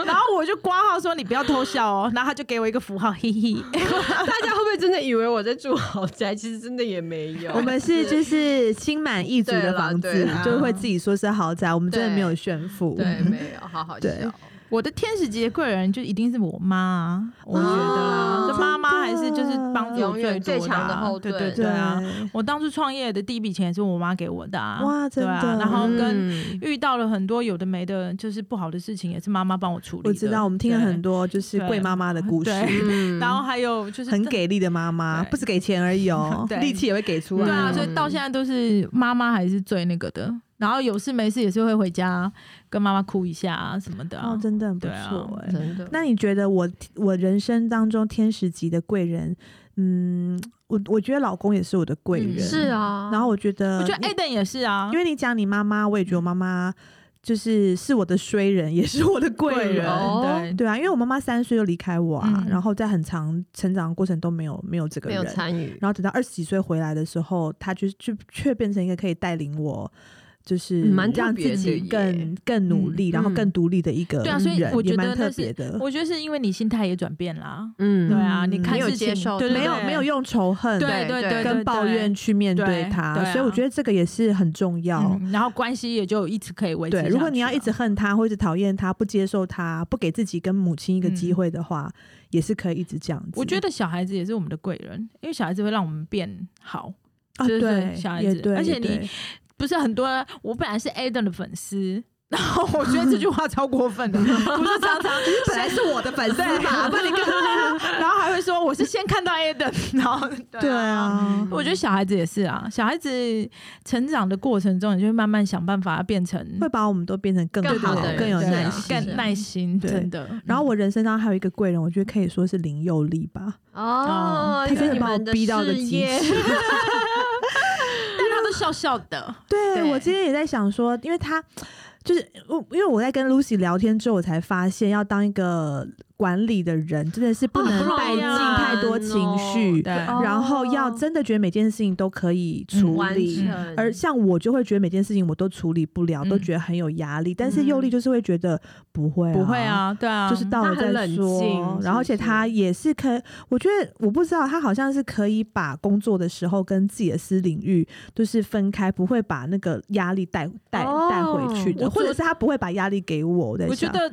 Speaker 2: 然后我就挂号说你不要偷笑哦，然后他就给我一个符号，嘿嘿。
Speaker 3: 大家会不会真的以为我在住豪宅？其实真的也没有。
Speaker 1: 我们是就是心满意足的房
Speaker 3: 对
Speaker 1: 子
Speaker 3: 啦对啦，
Speaker 1: 就会自己说是豪宅，我们真的
Speaker 3: 对
Speaker 1: 没有炫富。
Speaker 3: 对 没有，好好笑。
Speaker 1: 对
Speaker 2: 我的天使级贵人就一定是我妈啊，我觉得啦，
Speaker 3: 哦
Speaker 2: 就妈妈还是就是帮助我
Speaker 3: 永远
Speaker 2: 最
Speaker 3: 最
Speaker 2: 多
Speaker 3: 强的
Speaker 2: 啊
Speaker 3: 后
Speaker 2: 对
Speaker 3: 盾
Speaker 2: 对啊。我当初创业的第一笔钱也是我妈给我的啊，
Speaker 1: 哇真
Speaker 2: 对啊，
Speaker 1: 的
Speaker 2: 然后跟
Speaker 3: 嗯
Speaker 2: 遇到了很多有的没的，就是不好的事情也是妈妈帮我处理的。
Speaker 1: 我知道，我们听了很
Speaker 2: 多，
Speaker 1: 多就是贵妈妈的故事，
Speaker 2: 对
Speaker 3: 嗯
Speaker 2: 然后还有就是
Speaker 1: 很。给力的妈妈，
Speaker 2: 对
Speaker 1: 不是给钱而已哦
Speaker 2: 对，
Speaker 1: 力气也会给出来。
Speaker 2: 对啊，
Speaker 3: 嗯
Speaker 2: 所以到现在都是妈妈还是最那个的，然后有事没事也是会回家跟妈妈哭一下啊什么的啊、
Speaker 1: 哦，真的很不
Speaker 2: 对啊
Speaker 1: 错哎。
Speaker 3: 真的，
Speaker 1: 那你觉得我我人生当中天使级的贵人，嗯，我我觉得老公也是我的贵
Speaker 2: 嗯
Speaker 1: 人，
Speaker 3: 是啊，
Speaker 1: 然后我觉得，
Speaker 2: 我觉得
Speaker 1: 你
Speaker 2: Aden 也是啊，
Speaker 1: 因为你讲你妈妈，我也觉得我妈妈就是是我的衰人，也是我的贵
Speaker 2: 贵
Speaker 1: 人。
Speaker 2: 人
Speaker 3: 哦
Speaker 2: 对
Speaker 1: 对啊，因为我妈妈三岁就离开我啊，
Speaker 2: 嗯
Speaker 1: 然后在很长成长的过程都没有没有这个
Speaker 3: 没有
Speaker 1: 人，
Speaker 3: 参与，
Speaker 1: 然后等到二十几岁回来的时候，她就就却变成一个可以带领我，就是
Speaker 3: 嗯蛮特
Speaker 1: 让
Speaker 3: 别
Speaker 1: 自
Speaker 3: 的
Speaker 1: 己
Speaker 3: 耶
Speaker 1: 更更努
Speaker 2: 嗯
Speaker 1: 力，然后
Speaker 3: 嗯
Speaker 1: 更独立的一个人，
Speaker 2: 对啊所以我觉
Speaker 1: 也
Speaker 2: 得
Speaker 1: 蛮
Speaker 2: 那
Speaker 1: 特
Speaker 2: 是
Speaker 1: 别的。
Speaker 2: 我觉得是因为你心态也转变啦。
Speaker 3: 嗯
Speaker 2: 对啊，
Speaker 1: 嗯
Speaker 2: 你看
Speaker 3: 没有
Speaker 2: 事情
Speaker 3: 接受
Speaker 2: 对对
Speaker 1: 没有
Speaker 2: 对
Speaker 1: 没有用仇恨
Speaker 2: 对对
Speaker 3: 对
Speaker 2: 对
Speaker 1: 跟抱怨。去面对
Speaker 2: 对
Speaker 1: 它，
Speaker 2: 对啊
Speaker 1: 所以我觉得这个也是很重要。
Speaker 2: 嗯，然后关系也就一直可以维持下去
Speaker 1: 对，
Speaker 2: 啊。
Speaker 1: 如果你要一直恨他，或者讨厌他，不接受他，不给自己跟母亲一个机
Speaker 2: 嗯
Speaker 1: 会的话，也是可以一直这样子。
Speaker 2: 我觉得小孩子也是我们的贵人，因为小孩子会让我们变好。
Speaker 1: 啊，
Speaker 2: 就是
Speaker 1: 对，
Speaker 2: 小孩
Speaker 1: 也
Speaker 2: 子
Speaker 1: 对，
Speaker 2: 而且
Speaker 1: 也
Speaker 2: 你
Speaker 1: 对
Speaker 2: 不是很多，我本来是 Aden 的粉丝，然后我觉得这句话超过分 的，不是常常
Speaker 1: 本来是我的粉丝吧，不然你跟
Speaker 2: 然后还会说我是先看到 Aden，然后
Speaker 1: 对。啊，
Speaker 2: 我觉得小孩子也是啊，小孩子成长的过程中，你就会慢慢想办法变成
Speaker 1: 会把我们都变成更
Speaker 3: 更
Speaker 1: 好
Speaker 3: 好的、人
Speaker 1: 更有
Speaker 2: 对
Speaker 1: 耐
Speaker 2: 啊
Speaker 1: 心。
Speaker 2: 更耐心，
Speaker 1: 对
Speaker 2: 真的。
Speaker 1: 然后我人生当中还有一个贵人，我觉得可以说是林佑利吧，
Speaker 3: 哦，
Speaker 1: 他真的
Speaker 3: 你
Speaker 1: 把我
Speaker 3: 们的
Speaker 1: 逼到一个
Speaker 3: 事
Speaker 1: 极
Speaker 3: 业
Speaker 1: 致。
Speaker 2: 但他都笑笑的，
Speaker 1: 对
Speaker 2: 对
Speaker 1: 我今天也在想说，因为他就是我，因为我在跟 Lucy 聊天之后，我才发现要当一个管理的人，真的是不
Speaker 3: 哦
Speaker 1: 能
Speaker 3: 不
Speaker 1: 带
Speaker 3: 容易
Speaker 1: 进
Speaker 3: 啊
Speaker 1: 太多情绪。
Speaker 2: 对
Speaker 3: 哦
Speaker 1: 然后要真的觉得每件事情都可以处
Speaker 3: 完
Speaker 1: 理。
Speaker 2: 嗯
Speaker 3: 成，
Speaker 1: 而像我就会觉得每件事情我都处理不了，
Speaker 2: 嗯
Speaker 1: 都觉得很有压力。但是佑利
Speaker 3: 嗯
Speaker 1: 就是会觉得不会、
Speaker 2: 不会，啊，对啊，
Speaker 1: 就是到了
Speaker 3: 他很
Speaker 1: 再
Speaker 3: 冷静
Speaker 1: 说。然后而且
Speaker 3: 是不是
Speaker 1: 他也是可以，我觉得我不知道他好像是可以把工作的时候跟自己的私领域就是分开，不会把那个压力带带
Speaker 3: 哦
Speaker 1: 带回去的，
Speaker 2: 我
Speaker 1: 或者是他不会把压力给我。我在
Speaker 2: 我觉
Speaker 1: 想，
Speaker 2: 得，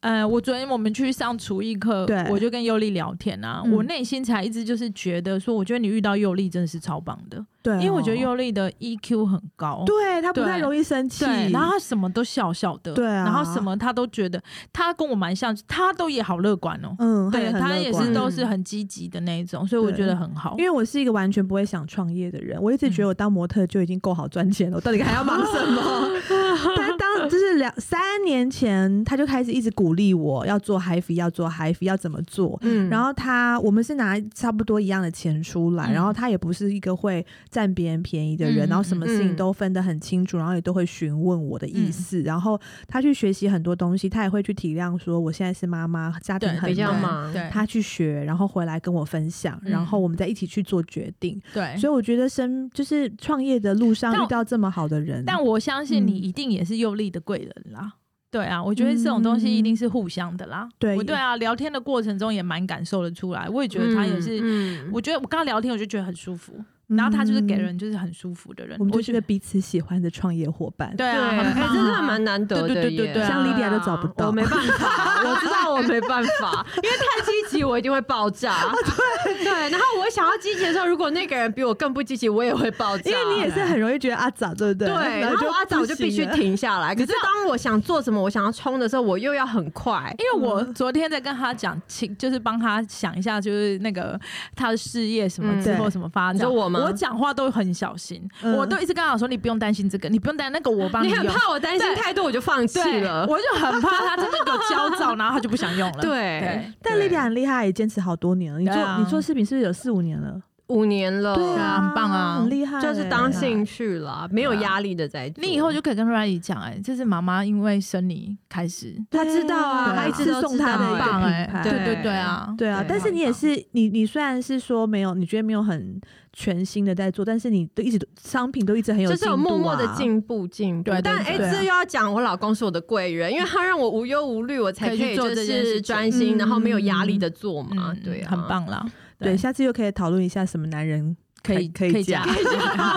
Speaker 2: 呃，我昨天我们去上厨艺课
Speaker 1: 对，
Speaker 2: 我就跟尤丽聊天啊，
Speaker 1: 嗯
Speaker 2: 我内心才一直就是觉得说，我觉得你遇到尤丽真的是超棒的，
Speaker 1: 对哦，
Speaker 2: 因为我觉得尤丽的 EQ 很高。
Speaker 1: 对他不
Speaker 2: 对
Speaker 1: 太容易生气，
Speaker 2: 对，然后她什么都笑笑的，
Speaker 1: 对啊
Speaker 2: 然后什么她都觉得，她跟我蛮像，她都也好乐观哦，
Speaker 1: 嗯，
Speaker 2: 对，
Speaker 1: 他
Speaker 2: 她
Speaker 1: 也
Speaker 2: 也
Speaker 1: 很乐观
Speaker 2: 是都是很积极的那一种，所以我觉得很好
Speaker 1: 因。为我是一个完全不会想创业的人，我一直觉得
Speaker 2: 嗯
Speaker 1: 我当模特就已经够好赚钱了，我到底还要忙什么？ 但当就是两三年前，他就开始一直鼓励我要做 h i f i 要做 h i f i 要怎么做。
Speaker 3: 嗯
Speaker 1: 然后他，我们是拿差不多一样的钱出来，
Speaker 2: 嗯
Speaker 1: 然后他也不是一个会占别人便宜的人，
Speaker 2: 嗯
Speaker 1: 然后什么事
Speaker 3: 嗯
Speaker 1: 情都分得很清楚，然后也都会询问我的意思，然后他去学习很多东西，他也会去体谅说我现在是妈妈，家庭
Speaker 2: 对
Speaker 1: 很
Speaker 3: 比较
Speaker 1: 忙
Speaker 3: 忙，
Speaker 2: 对，
Speaker 1: 他去学，然后回来跟我分享，
Speaker 2: 嗯
Speaker 1: 然后我们再一起去做决定。
Speaker 2: 对，
Speaker 1: 所以我觉得生就是创业的路上
Speaker 2: 但
Speaker 1: 遇到这么好的人，
Speaker 2: 但我相信你
Speaker 1: 嗯
Speaker 2: 一定也是佑力的贵人啦。对啊，我觉得这种东西一
Speaker 3: 嗯
Speaker 2: 定是互相的啦。
Speaker 1: 对
Speaker 2: 我对啊，聊天的过程中也蛮感受得出来，我也觉得他也是。
Speaker 3: 嗯
Speaker 2: 我觉得我跟他聊天，我就觉得很舒服，然后他就是给人就是很舒服的人。
Speaker 1: 嗯我们就
Speaker 2: 我
Speaker 1: 是
Speaker 2: 觉
Speaker 1: 个
Speaker 2: 得
Speaker 1: 彼此喜欢的创业伙伴。
Speaker 2: 对
Speaker 3: 对，
Speaker 2: 啊，很
Speaker 3: 哎
Speaker 2: 棒啊
Speaker 3: 真的蛮难得的耶，
Speaker 2: 对对对对对啊
Speaker 1: 像莉迪亚都找不到
Speaker 3: 我没办 法，我知道我没办法，因为太积极我一定会爆炸。 对对，然后我想要积极的时候，如果那个人比我更不积极，我也会爆炸。
Speaker 1: 因为你也是
Speaker 2: 欸
Speaker 1: 很容易觉得阿早，对不对？
Speaker 3: 对，然后
Speaker 1: 就
Speaker 3: 我阿早我就必须
Speaker 1: 不行了。
Speaker 3: 停下来。可是当我想做什么，我想要冲的时候，我又要很快。
Speaker 2: 因为我
Speaker 3: 嗯
Speaker 2: 昨天在跟他讲，请就是帮他想一下，就是那个他的事业什么
Speaker 3: 嗯
Speaker 2: 之后什么发
Speaker 3: 你
Speaker 2: 展。
Speaker 3: 说我吗
Speaker 2: 我讲话都很小心，
Speaker 1: 嗯
Speaker 2: 我都一直跟他讲说，你不用担心这个，你不用担心那个，我帮
Speaker 3: 你
Speaker 2: 用
Speaker 3: 很。怕我担心太多，我就放弃
Speaker 2: 对，
Speaker 3: 了。
Speaker 2: 我就很怕他真的给我焦躁，然后他就不想用了。
Speaker 3: 对
Speaker 2: 对，
Speaker 1: 但莉迪亚很厉害，也坚持好多年了。你
Speaker 2: 对啊
Speaker 1: 做你做视频是不是有四五年了？
Speaker 3: 五年了，
Speaker 1: 对
Speaker 2: 啊很棒啊
Speaker 1: 很厉害欸，
Speaker 3: 就是当兴趣啦，没有压力的在做。
Speaker 2: 你以后就可以跟 Riley 讲，哎，这是妈妈因为生你开始，
Speaker 1: 对
Speaker 3: 他知道啊，
Speaker 1: 对
Speaker 3: 他一直
Speaker 1: 是
Speaker 3: 都
Speaker 1: 送
Speaker 3: 知道
Speaker 1: 他的一
Speaker 2: 很
Speaker 1: 个
Speaker 2: 棒
Speaker 3: 啊
Speaker 1: 品
Speaker 2: 哎、
Speaker 1: 牌
Speaker 2: 对对对啊，
Speaker 1: 对啊，
Speaker 3: 对
Speaker 1: 但是你也是你，你虽然是说没有，你觉得没有很全心的在做，但是你都一直商品都一直很有、
Speaker 3: 就
Speaker 1: 进啊
Speaker 3: 是有默默的
Speaker 1: 进。
Speaker 3: 进步进步
Speaker 2: 对对，
Speaker 3: 但哎，
Speaker 1: 对
Speaker 3: 这又要讲我老公是我的贵人，因为他让我无忧无虑，我才
Speaker 2: 可
Speaker 3: 可
Speaker 2: 以去
Speaker 3: 以
Speaker 2: 做
Speaker 3: 就
Speaker 2: 这件事
Speaker 3: 是
Speaker 2: 情
Speaker 3: 专心，然后没有压力
Speaker 1: 嗯
Speaker 3: 的做嘛
Speaker 2: 嗯，
Speaker 3: 对啊，
Speaker 2: 很。棒啦，
Speaker 1: 对，下次又可以讨论一下什么男人
Speaker 2: 可以
Speaker 1: 可
Speaker 2: 以
Speaker 1: 嫁
Speaker 2: 讲。。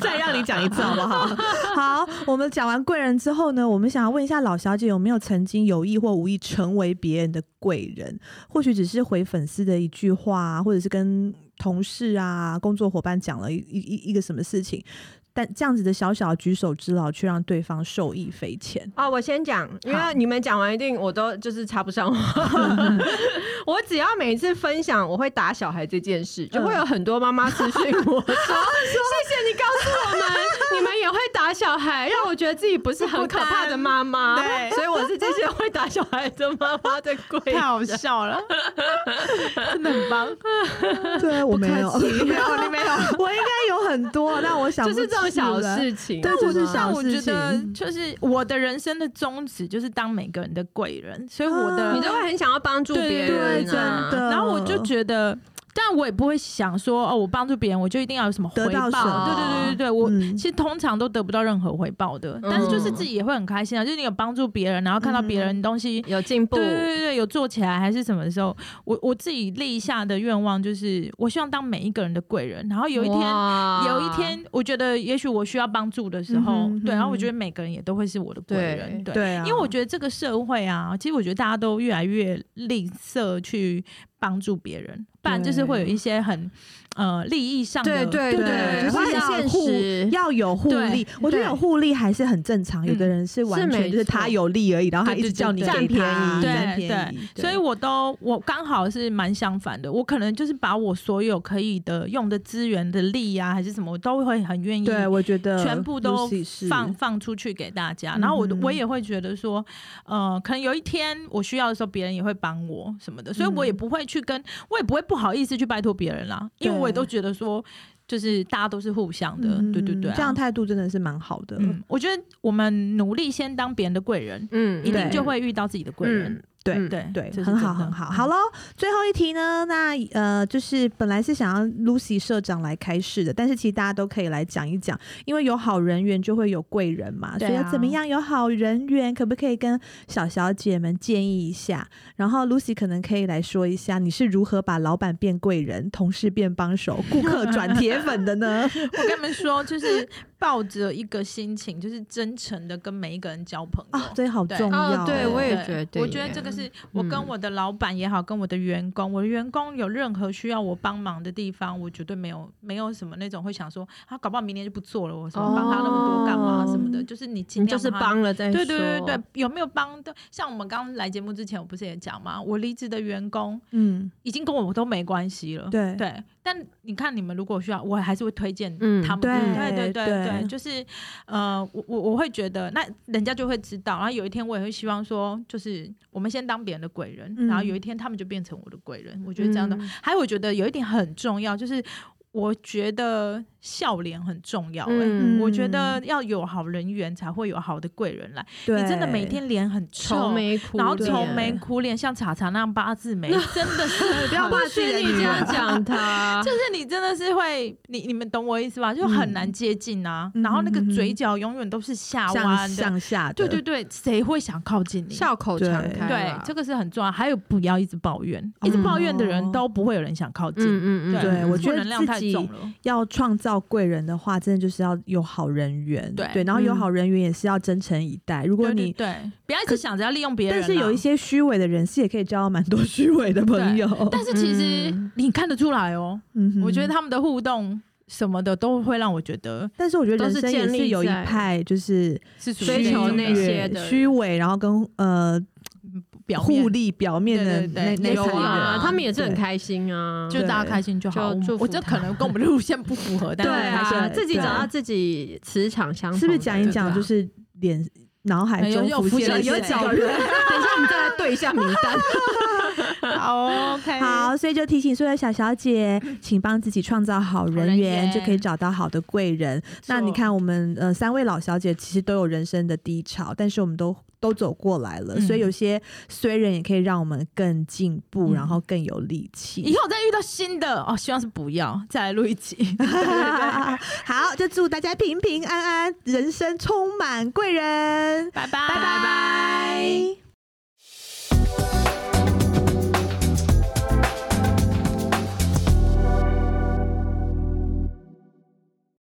Speaker 1: 再让你讲一次好不好？ 好，我们讲完贵人之后呢，我们想要问一下老小姐有没有曾经有意或无意成为别人的贵人？或许只是回粉丝的一句话、啊，或者是跟同事啊、工作伙伴讲了一一一一个什么事情，但这样子的小小举手之劳，却让对方受益匪 浅。
Speaker 3: 啊、我先讲，因为
Speaker 1: 好
Speaker 3: 你们讲完一定我都就是插不上话。我只要每一次分享我会打小孩这件事，就会有很多妈妈私信我说：“谢谢你告诉我们，你们也会打小孩，让我觉得自己不是很可怕的妈妈。”
Speaker 2: 对
Speaker 3: 所以我是这些会打小孩的妈妈的贵人
Speaker 2: 太好笑 了，真的很棒。
Speaker 1: 对我 没有，
Speaker 2: 不客气没有你没有
Speaker 1: 我应该有很多，但我想
Speaker 3: 就
Speaker 1: 不
Speaker 3: 是这种
Speaker 1: 起
Speaker 3: 小
Speaker 1: 了
Speaker 3: 事情。
Speaker 1: 对就是小
Speaker 2: 但我觉
Speaker 1: 事情
Speaker 2: 得，就是我的人生的宗旨就是当每个人的贵人，所以我的、
Speaker 1: 啊
Speaker 3: 你就会很想要帮助
Speaker 2: 对
Speaker 3: 别
Speaker 1: 对，
Speaker 3: 人、
Speaker 1: 真
Speaker 3: 啊，
Speaker 1: 的。
Speaker 2: 然后我就觉得，但我也不会想说哦，我帮助别人，我就一定要有什么回
Speaker 1: 得到
Speaker 2: 报。
Speaker 1: 什么
Speaker 2: 对对对对对，我、
Speaker 1: 嗯
Speaker 2: 其实通常都得不到任何回报的，但是就是自己也会很开心啊，就是你有帮助别人，然后看到别
Speaker 1: 嗯
Speaker 2: 人东西。
Speaker 3: 有进步
Speaker 2: 对。对对对，有做起来还是什么的时候，我我自己立下的愿望就是，我希望当每一个人的贵人，然后有一天
Speaker 3: 哇
Speaker 2: 有一天，我觉得也许我需要帮助的时候，
Speaker 1: 嗯哼
Speaker 2: 对，
Speaker 1: 嗯哼
Speaker 2: 然后我觉得每个人也都会是我的贵人，对，
Speaker 1: 对啊
Speaker 2: 因为我觉得这个社会啊，其实我觉得大家都越来越吝啬去帮助别人，不然就是会有一些很呃利益上的，
Speaker 3: 对对
Speaker 1: 对
Speaker 3: 对
Speaker 1: 就
Speaker 3: 会
Speaker 1: 是
Speaker 3: 很
Speaker 1: 要
Speaker 3: 现
Speaker 1: 互
Speaker 3: 实
Speaker 1: 要有互
Speaker 2: 对
Speaker 1: 利。我觉得
Speaker 3: 对
Speaker 1: 有互利还是很正常，有的
Speaker 2: 嗯
Speaker 1: 人是完
Speaker 3: 是
Speaker 1: 全
Speaker 3: 没
Speaker 1: 就是他
Speaker 3: 错
Speaker 1: 有利而已，然后他
Speaker 3: 对
Speaker 1: 一直
Speaker 3: 对
Speaker 1: 叫
Speaker 3: 对
Speaker 1: 你
Speaker 3: 对
Speaker 1: 给他，
Speaker 3: 占
Speaker 2: 对
Speaker 1: 占
Speaker 2: 对
Speaker 1: 便宜
Speaker 2: 所以我都我刚好是蛮相反的，我可能就是把我所有可以的用的资源的力啊，还是什么，我都会很愿意
Speaker 1: 对我觉得
Speaker 2: 全部都
Speaker 1: Lucy 呃是
Speaker 2: 放放出去给大家，然后我、
Speaker 1: 嗯哼
Speaker 2: 我也会觉得说，呃，可能有一天我需要的时候，别人也会帮我什么的，所以
Speaker 1: 嗯
Speaker 2: 我也不会去跟，我也不会不好意思去拜托别人啦，因为
Speaker 1: 对
Speaker 2: 我也都觉得说，就是大家都是互相的，
Speaker 1: 嗯
Speaker 2: 对对对、啊，
Speaker 1: 这样态度真的是蛮好的。
Speaker 2: 嗯，我觉得我们努力先当别人的贵人，
Speaker 3: 嗯
Speaker 2: 一定
Speaker 1: 对
Speaker 2: 就会遇到自己的贵人，
Speaker 1: 对
Speaker 3: 嗯
Speaker 2: 对
Speaker 1: 对，
Speaker 2: 这是
Speaker 1: 很好，
Speaker 2: 真的
Speaker 1: 很
Speaker 2: 嗯
Speaker 1: 好。好喽，最后一题呢？那呃，就是本来是想要 Lucy 社长来开市的，但是其实大家都可以来讲一讲，因为有好人缘就会有贵人嘛，所
Speaker 2: 对啊
Speaker 1: 以要怎么样有好人缘，可不可以跟小小姐们建议一下？然后 Lucy 可能可以来说一下，你是如何把老板变贵人，同事变帮手，顾客转铁粉的呢？
Speaker 2: 我跟你们说，就是抱着一个心情，就是真诚的跟每一个人交朋友。
Speaker 1: 啊，这好
Speaker 2: 对
Speaker 1: 重要哦、
Speaker 3: 哦对我也觉得
Speaker 2: 我
Speaker 3: 耶
Speaker 2: 觉得这个是我跟
Speaker 3: 嗯
Speaker 2: 我的老板也好，跟我的员工，我的员工有任何需要我帮忙的地方，我绝对没有没有什么那种会想说，他、啊、搞不好明天就不做了，我什么帮他那么多干嘛
Speaker 3: 哦
Speaker 2: 什么的，就是你尽
Speaker 3: 你
Speaker 2: 量
Speaker 3: 就是
Speaker 2: 帮他。
Speaker 3: 帮了再说。
Speaker 2: 对对对对，有没有帮的？像我们刚来节目之前，我不是也讲吗？我离职的员工
Speaker 1: 嗯，
Speaker 2: 已经跟我都没关系了。
Speaker 1: 对
Speaker 2: 对，但你看，你们如果需要，我还是会推荐
Speaker 3: 嗯
Speaker 2: 他们。
Speaker 1: 对
Speaker 2: 对对
Speaker 1: 对
Speaker 2: 对，就是呃，我我我会觉得，那人家就会知道，然后有一天我也会希望说，就是我们先当别人的贵人，
Speaker 1: 嗯
Speaker 2: 然后有一天他们就变成我的贵人。我觉得这
Speaker 3: 嗯
Speaker 2: 样的，还有我觉得有一点很重要，就是我觉得笑脸很重要、欸。
Speaker 3: 嗯
Speaker 2: 我觉得要有好人缘，才会有好的贵人来。
Speaker 1: 对，
Speaker 2: 你真的每天脸很
Speaker 3: 愁
Speaker 2: 臭，
Speaker 3: 眉苦脸，
Speaker 2: 然后愁眉苦脸，像查查那样八字眉，真的是
Speaker 3: 不要
Speaker 2: 把
Speaker 3: 怕自己这样讲
Speaker 1: 啊
Speaker 3: 他
Speaker 2: 就。是你真的是会，你你们懂我意思吧？就很难接近啊，
Speaker 1: 嗯
Speaker 2: 然后那个
Speaker 1: 嗯嗯嗯
Speaker 2: 嘴角永远都是下
Speaker 1: 向
Speaker 2: 弯的，
Speaker 1: 向下的，
Speaker 2: 对对对，谁会想靠近你？
Speaker 3: 笑口常开
Speaker 2: 对
Speaker 3: 啦，，
Speaker 2: 这个是很重要。还有不要一直抱怨，一直抱怨的人都不会有人想靠近。
Speaker 3: 嗯
Speaker 2: 对，
Speaker 1: 嗯对我觉得
Speaker 2: 负能量太
Speaker 1: 自己
Speaker 2: 重了。
Speaker 1: 要创造贵人的话，真的就是要有好人缘，
Speaker 2: 对
Speaker 1: 然后有
Speaker 3: 嗯
Speaker 1: 好人缘也是要真诚以待。如果
Speaker 2: 对对
Speaker 1: 你，
Speaker 2: 对，不要一
Speaker 1: 可
Speaker 2: 直想着要利用别人
Speaker 1: 但
Speaker 2: 啊。
Speaker 1: 是有一些虚伪的人士也可以交到蛮多虚伪的朋友，
Speaker 2: 但是其实
Speaker 3: 嗯
Speaker 2: 你看得出来哦，
Speaker 1: 嗯哼
Speaker 2: 我觉得，他们的互动什么的都会让我觉得
Speaker 1: 但是我觉得人生
Speaker 3: 都是
Speaker 1: 也
Speaker 3: 建
Speaker 1: 是
Speaker 3: 立
Speaker 1: 有一
Speaker 3: 在
Speaker 1: 派就是
Speaker 2: 是属于
Speaker 3: 追求那些的
Speaker 1: 虚伪，然后跟呃
Speaker 2: 表面
Speaker 1: 互利表面的那
Speaker 2: 对对对
Speaker 1: 那
Speaker 3: 有
Speaker 1: 那派
Speaker 3: 啊，
Speaker 1: 人
Speaker 3: 他们也是很
Speaker 1: 对
Speaker 3: 开心啊。
Speaker 2: 就大家开心就好。
Speaker 3: 就
Speaker 2: 我
Speaker 3: 祝福
Speaker 2: 我这
Speaker 3: 他
Speaker 2: 可能跟我们的路线不符合，但
Speaker 3: 对
Speaker 2: 是我还是
Speaker 3: 啊，
Speaker 1: 对
Speaker 3: 自己
Speaker 1: 对
Speaker 3: 找到自己磁场相同的。
Speaker 1: 是不是讲一讲
Speaker 3: 对
Speaker 1: 就
Speaker 3: 啊
Speaker 1: 是脸脑海
Speaker 2: 哎呦
Speaker 1: 中
Speaker 2: 又
Speaker 1: 浮
Speaker 2: 浮
Speaker 1: 现
Speaker 2: 现
Speaker 1: 了
Speaker 2: 了
Speaker 1: 有
Speaker 2: 谁
Speaker 1: 角人，
Speaker 3: 等一下我们再来对一下名单。
Speaker 2: 好，OK，
Speaker 1: 好，所以就提醒所有小小姐，请帮自己创造好人
Speaker 2: 人
Speaker 1: 缘，
Speaker 2: 缘
Speaker 1: 就可以找到好的贵人。那你看，我们呃三位老小姐其实都有人生的低潮，但是我们都都走过来了，
Speaker 2: 嗯
Speaker 1: 所以有些虽然也可以让我们更进步，
Speaker 2: 嗯
Speaker 1: 然后更有力气。
Speaker 2: 以后再遇到新的哦，希望是不要再来录一 集。对对对
Speaker 1: 好，就祝大家平平安安，人生充满贵人，
Speaker 2: 拜拜，
Speaker 1: 拜拜。